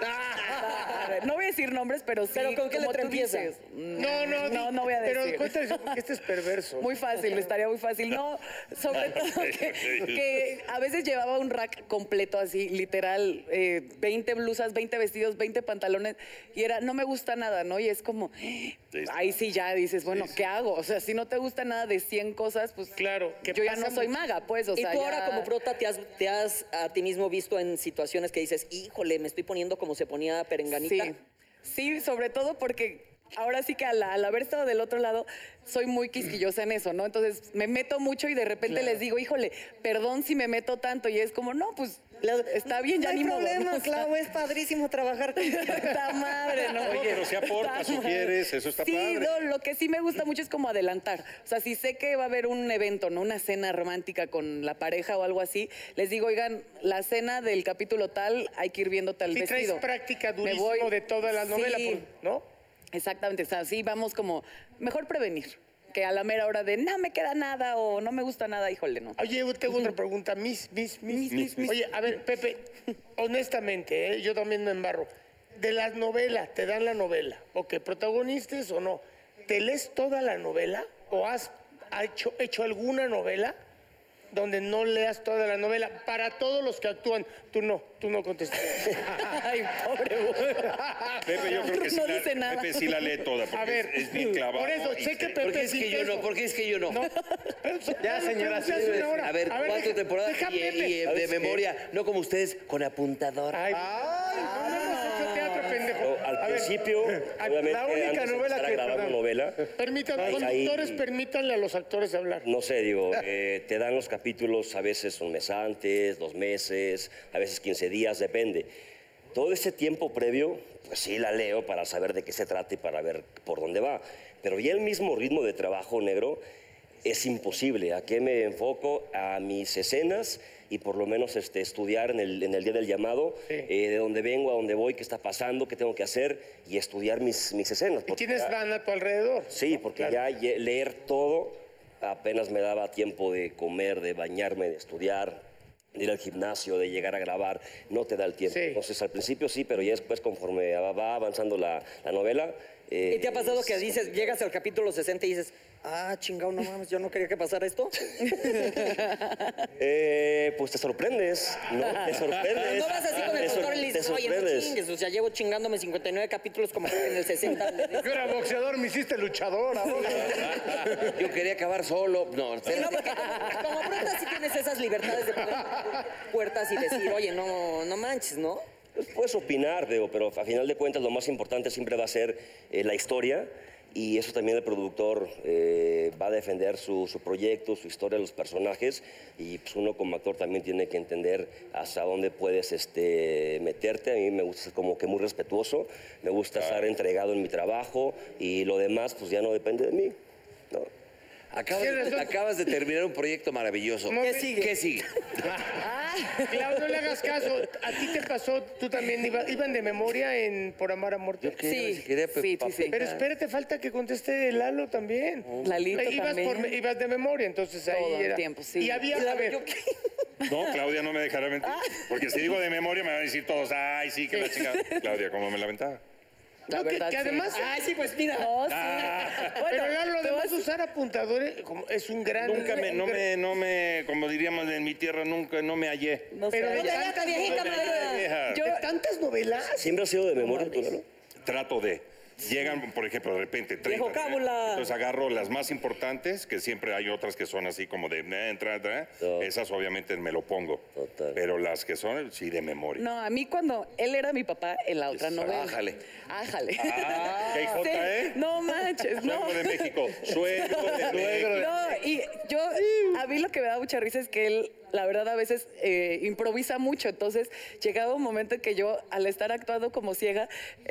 Speaker 8: No voy a decir nombres, Ah. pero sí.
Speaker 3: ¿Pero con qué
Speaker 8: como
Speaker 3: letra
Speaker 8: tú
Speaker 3: empieza?
Speaker 8: dices.
Speaker 1: No, no,
Speaker 8: No,
Speaker 1: di-
Speaker 8: no voy a decir.
Speaker 1: Pero cuéntales, porque este es perverso.
Speaker 8: Muy fácil, estaría muy fácil. No, sobre todo que, que a veces llevaba un rack completo así, literal, eh, 20 blusas, 20 vestidos, 20 pantalones, y era, no me gusta nada, ¿no? Y es como, ahí sí ya dices, bueno, ¿qué hago? O sea, si no te gusta nada de 100 cosas, pues
Speaker 1: Claro, que
Speaker 8: yo ya
Speaker 1: pasa
Speaker 8: no soy
Speaker 1: mucho.
Speaker 8: maga, pues, o sea,
Speaker 3: y tú ahora
Speaker 8: ya-
Speaker 3: como prota te has, te has a ti mismo visto en situaciones que dices, híjole, me estoy poniendo como se ponía Perenganita.
Speaker 8: Sí, sí, sobre todo porque ahora sí que al, al haber estado del otro lado, soy muy quisquillosa en eso, ¿no? Entonces me meto mucho y de repente les digo, híjole, perdón si me meto tanto. Y es como, no, pues está bien, ya
Speaker 9: no
Speaker 8: ni
Speaker 9: hay
Speaker 8: modo,
Speaker 9: problema,
Speaker 8: ¿no? O sea,
Speaker 9: Clau, es padrísimo trabajar contigo.
Speaker 8: Está madre, ¿no?
Speaker 5: No, pero si aportas,
Speaker 8: Está madre.
Speaker 5: sugieres, eso está
Speaker 8: sí,
Speaker 5: padre.
Speaker 8: no, lo que sí me gusta mucho es como adelantar. O sea, si sé que va a haber un evento, ¿no? Una cena romántica con la pareja o algo así, les digo, oigan, la cena del capítulo tal, hay que ir viendo tal
Speaker 1: Si traes
Speaker 8: vestido.
Speaker 1: práctica
Speaker 8: Me
Speaker 1: durísimo
Speaker 8: voy-
Speaker 1: de todas las
Speaker 8: Sí.
Speaker 1: novelas, pues, ¿no?
Speaker 8: Exactamente, o sea, sí, vamos como, mejor prevenir que a la mera hora de, no me queda nada o no me gusta nada, híjole, no.
Speaker 1: Oye, yo tengo otra pregunta. Mis, mis, mis, mis, Oye, a ver, Pepe, honestamente, ¿eh? yo también me embarro. De las novelas, te dan la novela. Ok, protagonistas o no. ¿Te lees toda la novela o has ha hecho, hecho alguna novela donde no leas toda la novela para todos los que actúan? Tú no, tú no contestas.
Speaker 8: Ay, pobre güey.
Speaker 5: Pepe, yo creo que sí,
Speaker 8: No
Speaker 5: la,
Speaker 8: dice nada.
Speaker 5: Pepe sí la lee toda, porque
Speaker 1: A ver,
Speaker 5: es, es bien clavado.
Speaker 1: Por eso,
Speaker 5: y-
Speaker 1: sé que Pepe
Speaker 4: ¿Por qué es
Speaker 1: sí
Speaker 4: que yo
Speaker 1: piensa.
Speaker 4: no? ¿Por qué es que yo no?
Speaker 1: Pero-
Speaker 2: Ya, señora,
Speaker 1: hace
Speaker 2: sí,
Speaker 1: una
Speaker 2: sí.
Speaker 1: hora.
Speaker 4: A ver, cuatro
Speaker 1: deja-
Speaker 4: temporadas
Speaker 1: deja
Speaker 4: y, y,
Speaker 1: Pepe.
Speaker 4: eh, de memoria, no como ustedes, con apuntador.
Speaker 1: Ay, no, no hemos hecho teatro, pendejo.
Speaker 6: Pero al
Speaker 1: A ver,
Speaker 6: principio, obviamente,
Speaker 1: la única
Speaker 6: antes de
Speaker 1: novela
Speaker 6: empezar a
Speaker 1: que-
Speaker 6: grabar una
Speaker 1: perdón.
Speaker 6: novela,
Speaker 1: Permitan,
Speaker 6: Ahí-
Speaker 1: conductores,
Speaker 6: ahí-
Speaker 1: permítanle a los actores hablar.
Speaker 6: no sé, digo, eh, te dan los capítulos a veces un mes antes, dos meses, a veces 15 días, depende. Todo ese tiempo previo, pues sí la leo para saber de qué se trata y para ver por dónde va. Pero ya el mismo ritmo de trabajo negro es imposible. ¿A qué me enfoco? A mis escenas y por lo menos este, estudiar en el, en el día del llamado, eh, de dónde vengo, a dónde voy, qué está pasando, qué tengo que hacer y estudiar mis, mis escenas.
Speaker 1: ¿Y
Speaker 6: porque
Speaker 1: tienes
Speaker 6: ya-
Speaker 1: van a tu alrededor?
Speaker 6: Sí, porque ya ye- leer todo apenas me daba tiempo de comer, de bañarme, de estudiar, de ir al gimnasio, de llegar a grabar. No te da el tiempo.
Speaker 1: Sí.
Speaker 6: Entonces, al principio sí, pero ya después, conforme va- va avanzando la, la novela. eh,
Speaker 3: ¿Y te ha pasado
Speaker 6: es-
Speaker 3: que dices, llegas al capítulo 60 y dices, ah, chingado, no mames, yo no quería que pasara esto?
Speaker 6: Eh, pues te sorprendes, ¿no? Te sorprendes.
Speaker 3: no vas así con el
Speaker 6: Te sor-
Speaker 3: doctor y le
Speaker 6: te
Speaker 3: dices, oye, no
Speaker 6: sorprendes.
Speaker 3: chingues, o sea, llevo chingándome 59 capítulos como en el 60. le dices.
Speaker 2: Yo era boxeador, me hiciste luchador ahora.
Speaker 4: Yo quería acabar solo. No,
Speaker 3: Sí, no,
Speaker 4: espérate.
Speaker 3: porque como prota sí tienes esas libertades de poder abrir puertas y decir, oye, no, no manches, ¿no?
Speaker 6: Pues puedes opinar, digo, pero a final de cuentas lo más importante siempre va a ser eh, la historia y eso también el productor eh, va a defender su, su proyecto, su historia, los personajes y pues, uno como actor también tiene que entender hasta dónde puedes este, meterte. A mí me gusta ser como que muy respetuoso, me gusta estar entregado en mi trabajo y lo demás pues ya no depende de mí. ¿no?
Speaker 4: Acabas, acabas de terminar un proyecto maravilloso.
Speaker 1: No,
Speaker 4: ¿Qué
Speaker 1: me-
Speaker 4: sigue? ¿Qué sigue?
Speaker 1: Claudio, no le hagas caso. ¿A ti te pasó? ¿Tú también iba- iban de memoria en Por Amor a Muerte?
Speaker 4: quería-
Speaker 8: Sí,
Speaker 4: quería pe-
Speaker 8: sí, sí,
Speaker 4: papel.
Speaker 8: sí.
Speaker 1: pues, Pero espérate, falta que conteste Lalo también.
Speaker 8: Lalito
Speaker 1: Eh, ibas,
Speaker 8: también.
Speaker 1: me- ibas de memoria, entonces ahí
Speaker 8: Todo el
Speaker 1: era.
Speaker 8: tiempo, sí.
Speaker 1: Y había, a ver,
Speaker 5: No, Claudia no me dejará mentir. Porque si digo de memoria, me van a decir todos, ay, sí, que la chica. Claudia, ¿cómo me lamentaba?
Speaker 8: La
Speaker 1: no, que,
Speaker 8: verdad,
Speaker 1: que
Speaker 8: sí.
Speaker 1: además... Ah.
Speaker 3: Ay, sí, pues mira.
Speaker 8: No, sí. Bueno,
Speaker 1: pero Lalo,
Speaker 8: te voy a
Speaker 1: además, usar apuntadores como, es un gran...
Speaker 5: Nunca me,
Speaker 1: un
Speaker 5: no
Speaker 1: gran-
Speaker 5: me, no me, como diríamos en mi tierra, nunca, no me hallé.
Speaker 8: No
Speaker 1: Pero
Speaker 8: sé.
Speaker 1: de
Speaker 3: Ya está
Speaker 1: tantas,
Speaker 3: viejita, madre.
Speaker 5: Vieja,
Speaker 1: de tantas novelas...
Speaker 6: Siempre ha sido de memoria, tú, Lalo?
Speaker 5: Trato de. Llegan, por ejemplo, de repente, 30.
Speaker 3: Viejo cábula.
Speaker 5: Entonces agarro las más importantes, que siempre hay otras que son así como de eh, entra, entra.
Speaker 6: Total.
Speaker 5: Esas obviamente me lo pongo.
Speaker 6: Total.
Speaker 5: Pero las que son, sí, de memoria.
Speaker 8: No, a mí cuando él era mi papá en la otra novela.
Speaker 4: ájale.
Speaker 8: Ájale.
Speaker 5: Ah, qué hijota, ¿eh?
Speaker 8: No manches, no.
Speaker 5: Suegro de México. Suegro de México.
Speaker 8: No, y yo, a mí lo que me da mucha risa es que él, la verdad, a veces eh, improvisa mucho. Entonces, llegaba un momento en que yo, al estar actuando como ciega,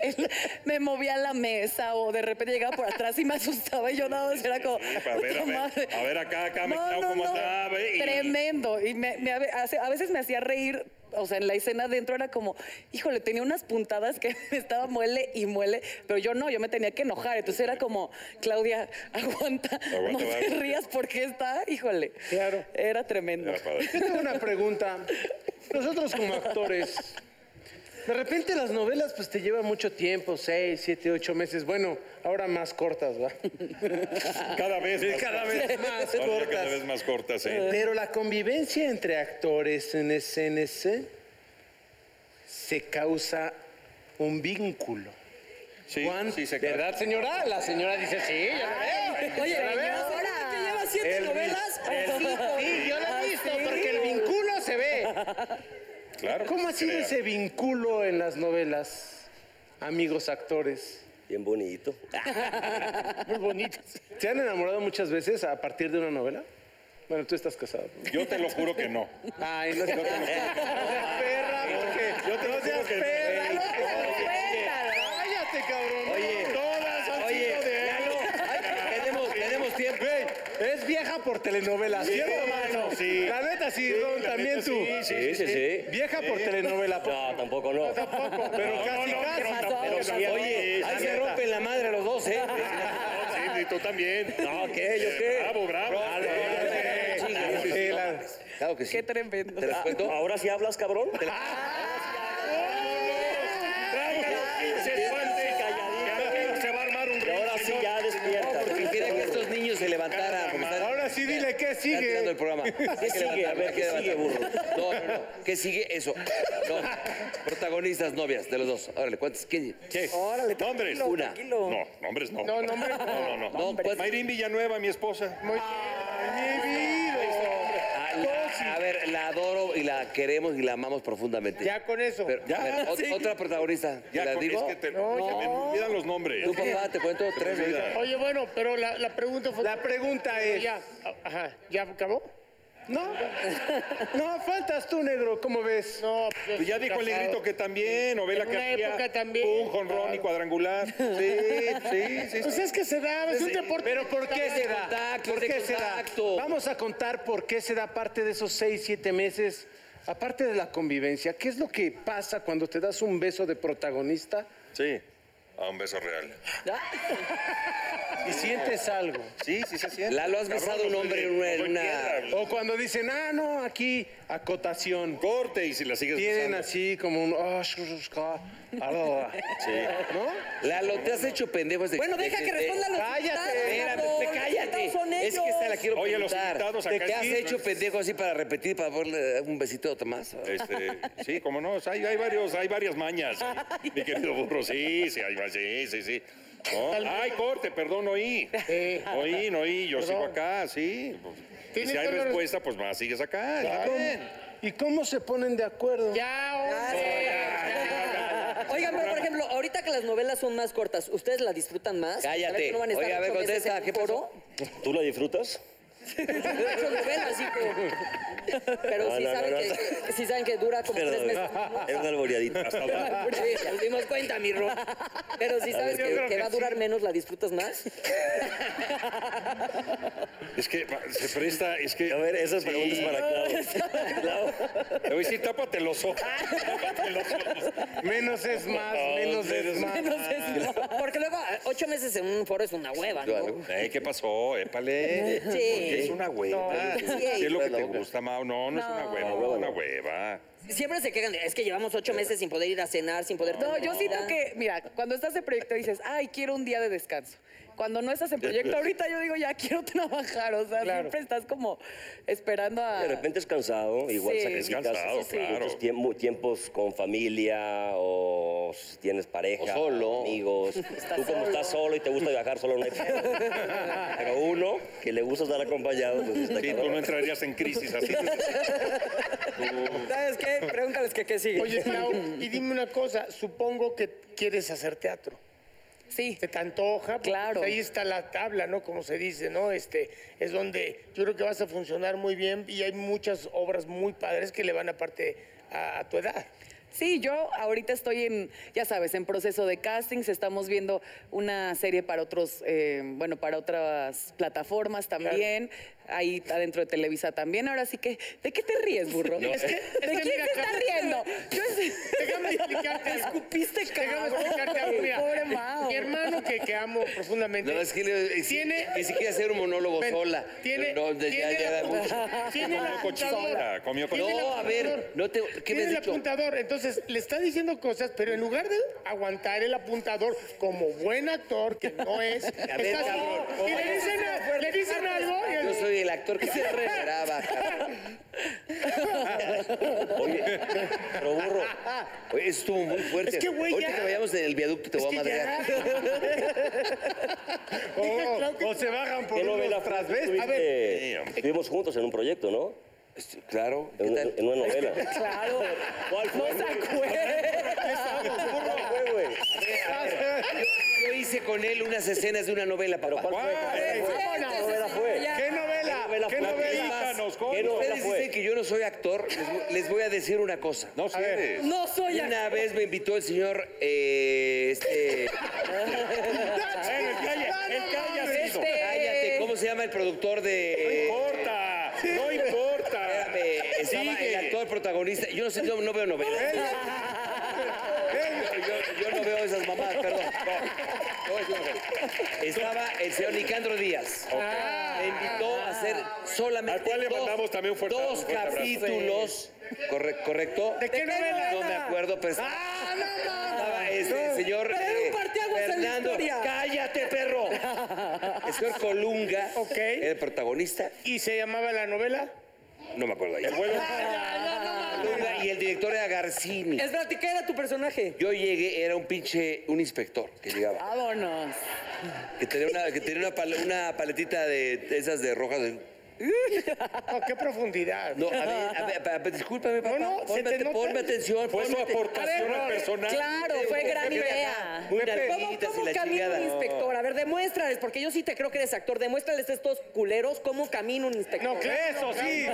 Speaker 8: él me movía a la mesa o de repente llegaba por atrás y me asustaba. Y yo nada más era como.
Speaker 5: Sí, para ver,
Speaker 8: "Puta
Speaker 5: a ver,
Speaker 8: madre".
Speaker 5: a ver acá, acá, me clavo como andaba, ¿eh? Y-
Speaker 8: Tremendo. Y me- me a- hace- a veces me hacía reír. O sea, en la escena adentro era como, híjole, tenía unas puntadas que me estaba muele y muele, pero yo no, yo me tenía que enojar. Entonces era como, Claudia, aguanta, no
Speaker 5: Aguanta,
Speaker 8: te
Speaker 5: vale.
Speaker 8: rías porque está, híjole.
Speaker 1: Claro.
Speaker 8: Era tremendo.
Speaker 5: Era padre.
Speaker 2: Yo tengo una pregunta. Nosotros como actores,
Speaker 7: De repente las novelas pues te llevan mucho tiempo, seis, siete, ocho meses. Bueno, ahora más cortas, ¿va?
Speaker 5: Ah. Cada vez más,
Speaker 7: Cada vez más
Speaker 5: Ahora ya cada
Speaker 7: cortas.
Speaker 5: vez más corta, sí.
Speaker 7: Pero la convivencia entre actores en SNC se causa un vínculo.
Speaker 5: Sí,
Speaker 7: Juan,
Speaker 5: sí, se causa.
Speaker 7: ¿Verdad, señora? La señora dice, sí, yo la veo.
Speaker 3: Oye,
Speaker 7: yo la veo".
Speaker 3: ahora que lleva siete
Speaker 7: El-
Speaker 3: novelas.
Speaker 7: el- sí, yo la he visto, porque el vinculo se ve.
Speaker 5: Claro.
Speaker 7: ¿Cómo ha
Speaker 5: así
Speaker 7: sido ese vinculo en las novelas, amigos actores?
Speaker 6: Bien bonito.
Speaker 1: Muy bonito.
Speaker 7: ¿Se han enamorado muchas veces a partir de una novela? Bueno, tú estás casado.
Speaker 5: Yo te lo juro que no.
Speaker 7: Ay, no seas no seas perra, porque yo te no seas perra. no te Cállate, cabrón.
Speaker 4: Oye,
Speaker 7: todas han
Speaker 4: Oye,
Speaker 7: sido de
Speaker 4: Lalo, ay, tenemos, tenemos tiempo.
Speaker 7: Güey, es vieja por telenovela, ¿cierto, mano?
Speaker 5: sí.
Speaker 7: La neta, sí, Ron, también tú.
Speaker 6: Sí, sí, sí.
Speaker 7: Vieja por telenovela, po-
Speaker 6: No, tampoco no.
Speaker 7: tampoco, pero casi casi.
Speaker 4: Oye, ahí se rompen la madre los dos, ¿eh?
Speaker 5: Sí, y tú también.
Speaker 4: No, ¿qué? ¿Yo qué?
Speaker 5: Bravo, bravo.
Speaker 4: Chinga,
Speaker 7: Sí, la-
Speaker 4: Claro que sí.
Speaker 8: Qué tremendo.
Speaker 4: ¿Te das cuenta?
Speaker 6: Ahora sí hablas, cabrón.
Speaker 5: Se va a armar un
Speaker 6: Y ahora sí ya despierta.
Speaker 4: Porque quería que estos niños se levantaran. porque están-
Speaker 7: Ahora sí, dile qué
Speaker 4: Está tirando
Speaker 7: sigue.
Speaker 4: el programa. ¿Qué sigue? A ver, ¿qué sigue, burro? No, no, no. ¿Qué sigue? Eso. No. Protagonistas, novias, de los dos. Órale, ¿cuántas? ¿Quién?
Speaker 5: Órale, nombres.
Speaker 4: Una.
Speaker 5: No, nombres no. No, nombres no. No, no,
Speaker 4: No, pues-
Speaker 5: Mayrín Villanueva, mi esposa.
Speaker 4: Ah, la- a ver, la adoro y la queremos y la amamos profundamente.
Speaker 1: Ya con eso.
Speaker 4: Pero, a ver, ot- otra protagonista. ¿Te
Speaker 5: Ya,
Speaker 4: la
Speaker 5: con-
Speaker 4: digo?
Speaker 5: es que te, se me olvidan los nombres.
Speaker 4: Tu papá, te cuento tres. ahorita.
Speaker 1: Oye, bueno, pero la, la pregunta fue...
Speaker 7: La pregunta es.
Speaker 1: Ya, ajá, ¿ya acabó?
Speaker 7: No, no, faltas tú, negro, ¿cómo ves?
Speaker 1: No,
Speaker 5: Pues ya dijo el negrito que también, novela
Speaker 1: En
Speaker 5: que
Speaker 1: una
Speaker 5: hacía,
Speaker 1: época también.
Speaker 5: Un jonrón y cuadrangular. Sí, sí, sí.
Speaker 1: Pues es que se daba, es un deporte...
Speaker 7: Pero ¿por qué se da?
Speaker 4: contacto,
Speaker 7: ¿Por
Speaker 4: de
Speaker 7: qué se da?
Speaker 4: contacto.
Speaker 7: Vamos a contar por qué se da parte de esos seis, siete meses, aparte de la convivencia. ¿Qué es lo que pasa cuando te das un beso de protagonista
Speaker 5: Sí. A un beso real.
Speaker 7: y sientes algo?
Speaker 5: Sí, sí se siente.
Speaker 4: Lalo, ¿has
Speaker 5: Cabrón,
Speaker 4: besado a un
Speaker 5: no
Speaker 4: hombre
Speaker 5: soy-
Speaker 4: en una-
Speaker 5: no soy
Speaker 4: en una-
Speaker 5: piedra.
Speaker 7: O cuando dicen, ah, no, aquí, acotación.
Speaker 5: Corte y si la sigues
Speaker 7: Tienen
Speaker 5: besando.
Speaker 7: así como un... "Ah, shu, shu, shu, ah, ah", ¿No?
Speaker 4: Lalo, te has hecho pendejo desde
Speaker 3: Bueno, deja que responda los
Speaker 7: Cállate.
Speaker 4: Espérame,
Speaker 3: invitados,
Speaker 4: te
Speaker 3: los
Speaker 4: cállate.
Speaker 3: invitados son
Speaker 4: Es que
Speaker 3: ellos.
Speaker 4: esta la quiero
Speaker 5: Oye, los
Speaker 4: preguntar.
Speaker 5: invitados acá
Speaker 4: ¿Te qué has
Speaker 5: sí.
Speaker 4: hecho pendejo así para repetir, para darle un besito otro más?
Speaker 5: Este, sí, como no, hay, hay varios, hay varias mañas, mi- mi querido burro, sí, sí, hay, sí, sí, sí. No, Ay, corte, perdón, oí.
Speaker 1: Sí.
Speaker 5: Oí, no oí, yo
Speaker 1: Perdón.
Speaker 5: sigo acá, sí. Y
Speaker 1: Tienes
Speaker 5: si hay
Speaker 1: toda la-
Speaker 5: respuesta, pues más sigues acá. está bien.
Speaker 7: ¿Y cómo se ponen de acuerdo?
Speaker 1: Ya, hombre.
Speaker 3: Oigan, pero por ejemplo, ahorita que las novelas son más cortas, ¿ustedes la disfrutan más? Tal
Speaker 4: Cállate.
Speaker 3: vez no van a estar
Speaker 4: Oye, a ver,
Speaker 3: ocho meses
Speaker 4: contesta,
Speaker 3: en
Speaker 4: ¿qué
Speaker 3: un foro.
Speaker 4: pasó?
Speaker 6: ¿Tú la disfrutas?
Speaker 3: Ocho novelas, hijo. Pero
Speaker 6: No,
Speaker 3: sí,
Speaker 6: no,
Speaker 3: saben
Speaker 6: no,
Speaker 3: que, sí saben que dura como tres
Speaker 6: Perdón.
Speaker 3: meses. ¿no?
Speaker 6: Es una alboreadita.
Speaker 3: Sí, nos dimos cuenta, mi Ro. Pero si sabes que, que va a durar menos, ¿la disfrutas más?
Speaker 5: Es que va, se presta, es que.
Speaker 6: A ver, esas
Speaker 5: Sí.
Speaker 6: preguntas para Clau.
Speaker 5: Te voy a decir, tápate los ojos. tápate los ojos.
Speaker 7: Menos es más,
Speaker 5: No, menos
Speaker 7: menos es
Speaker 5: es
Speaker 7: más.
Speaker 3: Porque luego, ocho meses en un foro es una hueva, ¿no?
Speaker 5: Eh, ¿Qué pasó? Épale. Porque es una hueva. Si es lo que te gusta, Mao. No, no, es una hueva, no, es una hueva.
Speaker 3: Siempre se quejan de, es que llevamos ocho meses sin poder ir a cenar, sin poder...
Speaker 8: No, yo siento que, mira, cuando estás en proyecto dices, ay, quiero un día de descanso. Cuando no estás en proyecto, ahorita yo digo, ya quiero trabajar. O sea, siempre estás como esperando a.
Speaker 6: De repente es cansado, igual
Speaker 8: Sí.
Speaker 6: sacrificas
Speaker 5: Es cansado,
Speaker 6: muchos
Speaker 5: claro.
Speaker 6: tiempo- tiempos con familia o si tienes pareja,
Speaker 4: O solo.
Speaker 6: amigos. Tú como estás solo y te gusta viajar solo no hay pedo. Pero uno que le gusta estar acompañado, pues está
Speaker 5: Sí, tú
Speaker 6: cabrón.
Speaker 5: no entrarías en crisis así.
Speaker 3: ¿Sabes qué? Pregúntales que qué sigue.
Speaker 1: Oye, Clau, y dime una cosa, supongo que quieres hacer teatro.
Speaker 8: Sí.
Speaker 1: Se te antoja, porque
Speaker 8: Claro.
Speaker 1: ahí está la tabla, ¿no? Como se dice, ¿no? Este, es donde yo creo que vas a funcionar muy bien y hay muchas obras muy padres que le van aparte a, a tu edad.
Speaker 8: Sí, yo ahorita estoy en, ya sabes, en proceso de castings. Estamos viendo una serie para otros, eh, bueno, para otras plataformas también. Ahí adentro de Televisa también. Ahora sí que, ¿de qué te ríes, burro?
Speaker 1: Es que-
Speaker 8: ¿De
Speaker 1: es que
Speaker 8: quién
Speaker 1: mira,
Speaker 8: se está
Speaker 1: Carmen,
Speaker 8: riendo? Yo
Speaker 1: Déjame explicarte algo.
Speaker 8: Escupiste,
Speaker 1: Déjame
Speaker 8: cabrón.
Speaker 1: explicarte algo, mira.
Speaker 8: Pobre Mao.
Speaker 1: Mi hermano, que, que amo profundamente.
Speaker 4: No, es que le- ni si-
Speaker 1: Tiene-
Speaker 4: ni siquiera hacer un monólogo
Speaker 1: Ven,
Speaker 4: sola.
Speaker 1: Tiene,
Speaker 4: no, de- ya,
Speaker 1: tiene
Speaker 4: ya
Speaker 1: la
Speaker 4: da
Speaker 1: apunta-
Speaker 4: mucho.
Speaker 1: tiene la
Speaker 5: Comió cochinita,
Speaker 1: apuntadora.
Speaker 5: comió
Speaker 1: Tiene el
Speaker 4: No, a ver,
Speaker 1: apuntador.
Speaker 4: no te- ¿qué me
Speaker 1: Tiene
Speaker 4: has
Speaker 1: el
Speaker 4: dicho?
Speaker 1: apuntador. Entonces, le está diciendo cosas, pero en lugar de aguantar el apuntador como buen actor, que no es,
Speaker 4: A ver,
Speaker 1: estás-
Speaker 4: cabrón.
Speaker 1: y le dicen, a- le dicen algo y el-
Speaker 4: Yo soy el actor que se esperaba. cabrón. Oye, pero burro. Oye, eso estuvo muy fuerte.
Speaker 1: Es que, güey,
Speaker 4: Ahorita
Speaker 1: ya.
Speaker 4: que vayamos en el viaducto te
Speaker 1: Es
Speaker 4: voy a
Speaker 1: que
Speaker 4: madrear.
Speaker 1: ya. Dije, claro que-
Speaker 2: Oh, O se bajan por
Speaker 6: ¿Qué novela
Speaker 2: unos
Speaker 6: fue?
Speaker 2: transvestis.
Speaker 6: A ver. Estuvimos juntos en un proyecto, ¿no?
Speaker 4: Este, Claro. ¿qué
Speaker 6: En,
Speaker 4: tal?
Speaker 6: en una novela.
Speaker 8: Claro. No se acuerda.
Speaker 4: Yo hice con él unas escenas de una novela, papá.
Speaker 6: ¿Pero cuál fue?
Speaker 4: Ay,
Speaker 6: ¿Qué novela fue?
Speaker 2: ¿Qué novela? ¿Qué novela?
Speaker 4: Platícanos,
Speaker 6: ¿Qué
Speaker 4: Ustedes
Speaker 6: novela fue?
Speaker 4: dicen que yo no soy actor. Les, vo- les voy a decir una cosa.
Speaker 7: No sé.
Speaker 8: No soy
Speaker 4: Una vez me invitó el señor. eh, este.
Speaker 7: Bueno, el calle, el calle ha sido.
Speaker 4: Cállate, ¿cómo se llama el productor de.?
Speaker 7: No importa, no importa.
Speaker 4: Espérame, estaba
Speaker 7: Sigue.
Speaker 4: el actor protagonista. Yo no sé, no, no veo novelas. Yo, yo no veo esas mamadas, perdón. No, no es novela. Estaba el señor Nicandro Díaz. Me invitó a hacer solamente
Speaker 7: Ah, Al cual le
Speaker 4: dos,
Speaker 7: mandamos también un fuerte-
Speaker 4: dos
Speaker 7: un fuerte abrazo.
Speaker 4: capítulos. Corre- ¿Correcto?
Speaker 1: ¿De qué novela?
Speaker 4: No me acuerdo, pero
Speaker 7: Ah,
Speaker 4: estaba este señor
Speaker 3: Pero era un
Speaker 4: eh,
Speaker 3: parteaguas en la
Speaker 4: Fernando.
Speaker 3: historia.
Speaker 4: ¡Cállate, perro! El señor Colunga
Speaker 1: Ok.
Speaker 4: era el protagonista.
Speaker 1: ¿Y se llamaba la novela?
Speaker 4: No me acuerdo ahí. Colunga y el director era Garcini.
Speaker 3: Espérate, ¿qué era tu personaje?
Speaker 4: Yo llegué, era un pinche, un inspector que llegaba,
Speaker 8: Ah. Vámonos.
Speaker 4: que tenía una, que tenía una, pal- una paletita de esas de rojas. de-
Speaker 1: No, Oh, qué profundidad.
Speaker 4: No, a ver, a ver, a ver, discúlpame, papá.
Speaker 1: No, no, se
Speaker 4: ponme,
Speaker 1: te nota.
Speaker 4: ponme atención.
Speaker 7: Fue su
Speaker 4: ponme atención.
Speaker 7: aportación al personaje.
Speaker 8: Claro, fue gran idea.
Speaker 4: Muy
Speaker 3: ¿Cómo,
Speaker 4: nalguitas y
Speaker 3: cómo
Speaker 4: la
Speaker 3: camina un
Speaker 4: chingada.
Speaker 3: inspector? A ver, demuéstrales, porque yo sí te creo que eres actor. Demuéstrales a estos culeros cómo camina un inspector.
Speaker 1: No, claro.
Speaker 2: Eso sí,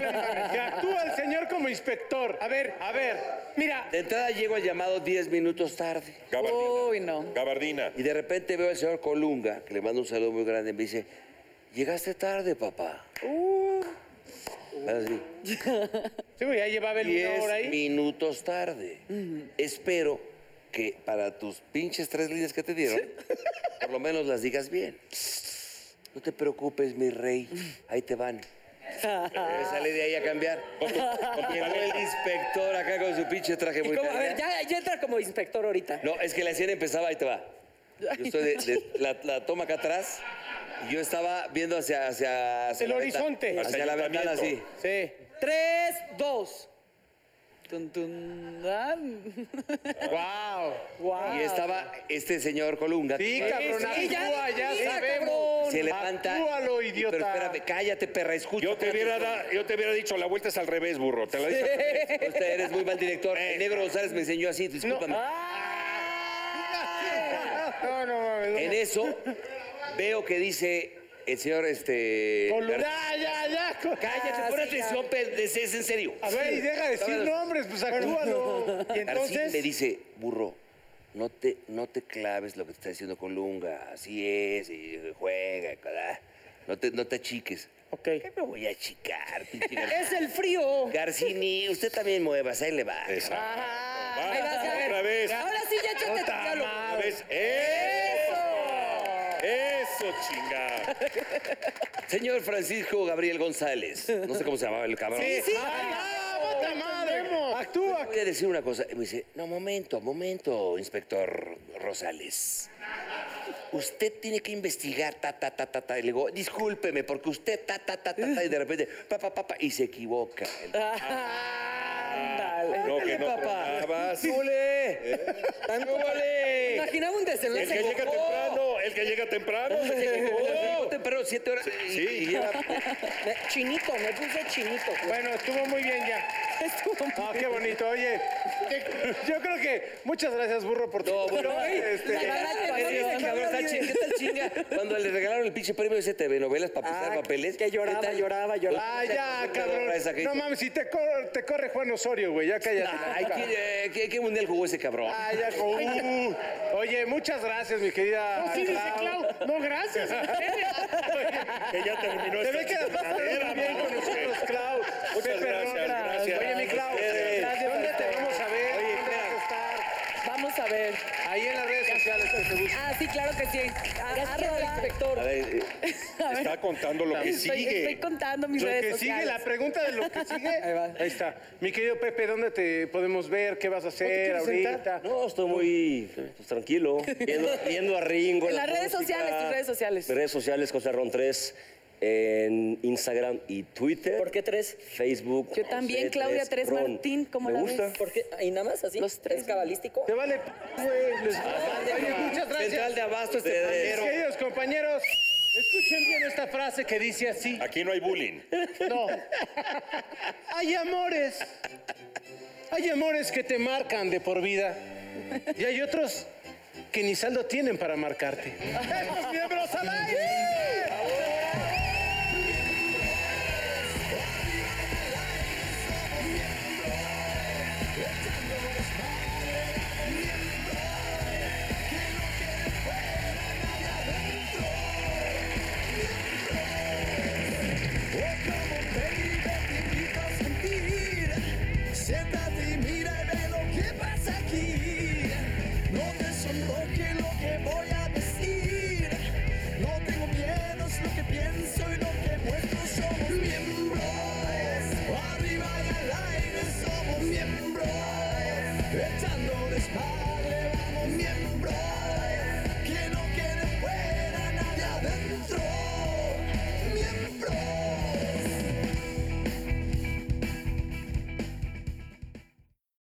Speaker 2: que actúa el señor como inspector.
Speaker 1: A ver,
Speaker 2: A ver,
Speaker 1: mira,
Speaker 4: De entrada llego al llamado 10 minutos tarde.
Speaker 7: Gabardina.
Speaker 8: Uy, no.
Speaker 7: Gabardina.
Speaker 4: Y de repente veo al señor Colunga, que le mando un saludo muy grande, y me dice, llegaste tarde, papá. Así.
Speaker 1: Uh. sí, güey, ya llevaba el una
Speaker 4: 10
Speaker 1: hora ahí.
Speaker 4: minutos tarde. Espero que para tus pinches tres líneas que te dieron, por lo menos las digas bien. No te preocupes, mi rey. Ahí te van. Eh, Sale de ahí a cambiar. Llegó el inspector acá con su pinche traje
Speaker 3: ¿Y
Speaker 4: muy
Speaker 3: cómo? A ver,
Speaker 4: cargado.
Speaker 3: ya, ya entra como inspector ahorita.
Speaker 4: No, es que la escena empezaba, ahí te va. Yo estoy de, de- la, la toma acá atrás y yo estaba viendo hacia... hacia, hacia
Speaker 1: El
Speaker 4: la ventana,
Speaker 1: horizonte.
Speaker 4: hacia la ventana, así.
Speaker 1: Sí.
Speaker 3: Tres, dos.
Speaker 8: Tun, tun, ah.
Speaker 1: Wow.
Speaker 4: Y estaba este señor Colunga.
Speaker 2: sí, cabrón,
Speaker 3: sí, ya,
Speaker 2: actúa, ya
Speaker 3: sí,
Speaker 2: sabemos.
Speaker 4: Se levanta.
Speaker 2: Actúalo,
Speaker 4: y-
Speaker 2: idiota.
Speaker 4: Pero espérame, cállate, perra, escucha.
Speaker 7: Yo te hubiera da- yo te hubiera dicho, la vuelta es al revés, burro. Te la dije. al revés. Eh.
Speaker 4: Usted eres muy mal director. El negro González me enseñó así, discúlpame.
Speaker 1: Ah. No, no mames.
Speaker 4: En eso veo que dice el señor este.
Speaker 1: Colunga.
Speaker 4: Gar-
Speaker 1: Ya, ya, ya.
Speaker 4: Cállate, pon atención, pe- es es en serio.
Speaker 2: A ver, y deja de decir nombres, pues actúalo.
Speaker 1: Y
Speaker 4: García me
Speaker 1: entonces,
Speaker 4: dice, burro, no te, no te claves lo que te está diciendo Colunga. Así es, y juega, y cada- no te, no te achiques.
Speaker 1: ok.
Speaker 4: ¿Qué me voy a achicar, pinche Gar-
Speaker 3: Es el frío.
Speaker 4: Garcini, usted también muevas, ahí le va.
Speaker 7: Exacto. Va,
Speaker 3: Ahí vas, a ver.
Speaker 7: otra vez.
Speaker 3: Ahora sí, ya échate tu diálogo.
Speaker 7: Otra vez. ¡Eso! ¡Eso, chingada!
Speaker 4: Señor Francisco Gabriel González. No sé cómo se llamaba el cabrón.
Speaker 1: ¡Puta madre!
Speaker 2: Actúa.
Speaker 4: Voy a decir una cosa. Y me dice, no, momento, momento, inspector Rosales. Usted tiene que investigar, ta, ta, ta, ta, ta. Y le digo, discúlpeme, porque usted, ta, ta, ta, ta, ta. Y de repente, pa, pa, pa, pa, y se equivoca.
Speaker 7: No, que no.
Speaker 4: papá. ¡Ole! ¡Tanto ole!
Speaker 3: Imaginaba un
Speaker 7: Eh, El que
Speaker 3: desenlace.
Speaker 7: llega temprano, el que llega temprano. se equivocó.
Speaker 4: Pero siete horas.
Speaker 7: Sí, y lleva-
Speaker 3: Me- Chinito, me puse chinito.
Speaker 1: Bueno, estuvo muy bien ya.
Speaker 2: Ah, qué bonito. Oye, yo creo que muchas gracias, burro, por tu.
Speaker 4: No, burro,
Speaker 2: Este,
Speaker 4: Este cabrón está ching- ¿Qué tal chinga? Cuando le regalaron el pinche premio ese TV novelas para pisar
Speaker 3: Ah,
Speaker 4: papeles.
Speaker 3: que lloraba,
Speaker 4: ¿qué tal?
Speaker 3: lloraba, lloraba.
Speaker 2: Ah, ya, cabrón.
Speaker 4: Esa que-
Speaker 2: No mames, si te, cor- te corre Juan Osorio, güey, ya
Speaker 4: Ay,
Speaker 2: cállate.
Speaker 4: ¿qué, eh, qué- qué mundial jugó ese cabrón?
Speaker 2: Ah, ya, uh. Oye, muchas gracias, mi querida.
Speaker 1: No, sí, dice
Speaker 2: Clau.
Speaker 1: Clau. No, gracias.
Speaker 7: que ya terminó
Speaker 2: Se
Speaker 7: esta
Speaker 2: ve que la pasó
Speaker 7: chingadera,
Speaker 2: muy bien con
Speaker 7: mano.
Speaker 2: nosotros, Clau. Muchas
Speaker 7: gracias, gracias.
Speaker 2: Oye, mi Clau,
Speaker 7: Ustedes.
Speaker 2: gracias. ¿dónde te vamos a ver?
Speaker 4: Oye,
Speaker 2: ¿Dónde vas a
Speaker 4: espera.
Speaker 2: estar?
Speaker 8: Vamos a ver.
Speaker 2: Ahí en las redes sociales que te buscan.
Speaker 8: Ah, sí, sí, claro que sí. A- arroba.
Speaker 4: A ver, eh,
Speaker 7: Está contando lo que
Speaker 8: Estoy-
Speaker 7: sigue.
Speaker 8: estoy contando mis
Speaker 2: Lo
Speaker 8: redes
Speaker 2: que sigue,
Speaker 8: sociales.
Speaker 2: la pregunta de lo que sigue.
Speaker 3: Ahí va.
Speaker 2: Ahí está. Mi querido Pepe, ¿dónde te podemos ver? ¿Qué vas a hacer
Speaker 1: quieres
Speaker 2: ahorita?
Speaker 6: No, estoy muy pues, tranquilo, viendo, viendo a Ringo.
Speaker 8: En
Speaker 6: la
Speaker 8: las redes
Speaker 6: música.
Speaker 8: sociales, tus redes sociales.
Speaker 6: Mis redes sociales, José Ron 3, en Instagram y Twitter.
Speaker 3: ¿Por qué tres?
Speaker 6: Facebook.
Speaker 8: Yo también,
Speaker 6: José
Speaker 8: Claudia Tres
Speaker 6: Ron.
Speaker 8: Martín, ¿cómo
Speaker 6: Me
Speaker 8: la
Speaker 6: gusta.
Speaker 8: ves?
Speaker 3: ¿Por qué? ¿Y nada más así?
Speaker 8: Los tres.
Speaker 3: ¿Es cabalístico?
Speaker 2: Te vale, p- güey. Les- Oye, muchas
Speaker 4: central de
Speaker 2: gracias.
Speaker 4: abasto este
Speaker 2: Mis
Speaker 4: pandero.
Speaker 2: queridos compañeros, escuchen bien esta frase que dice así.
Speaker 7: Aquí no hay bullying.
Speaker 2: Hay amores. Hay amores que te marcan de por vida. Y hay otros que ni saldo tienen para marcarte. ¡Estos miembros al aire!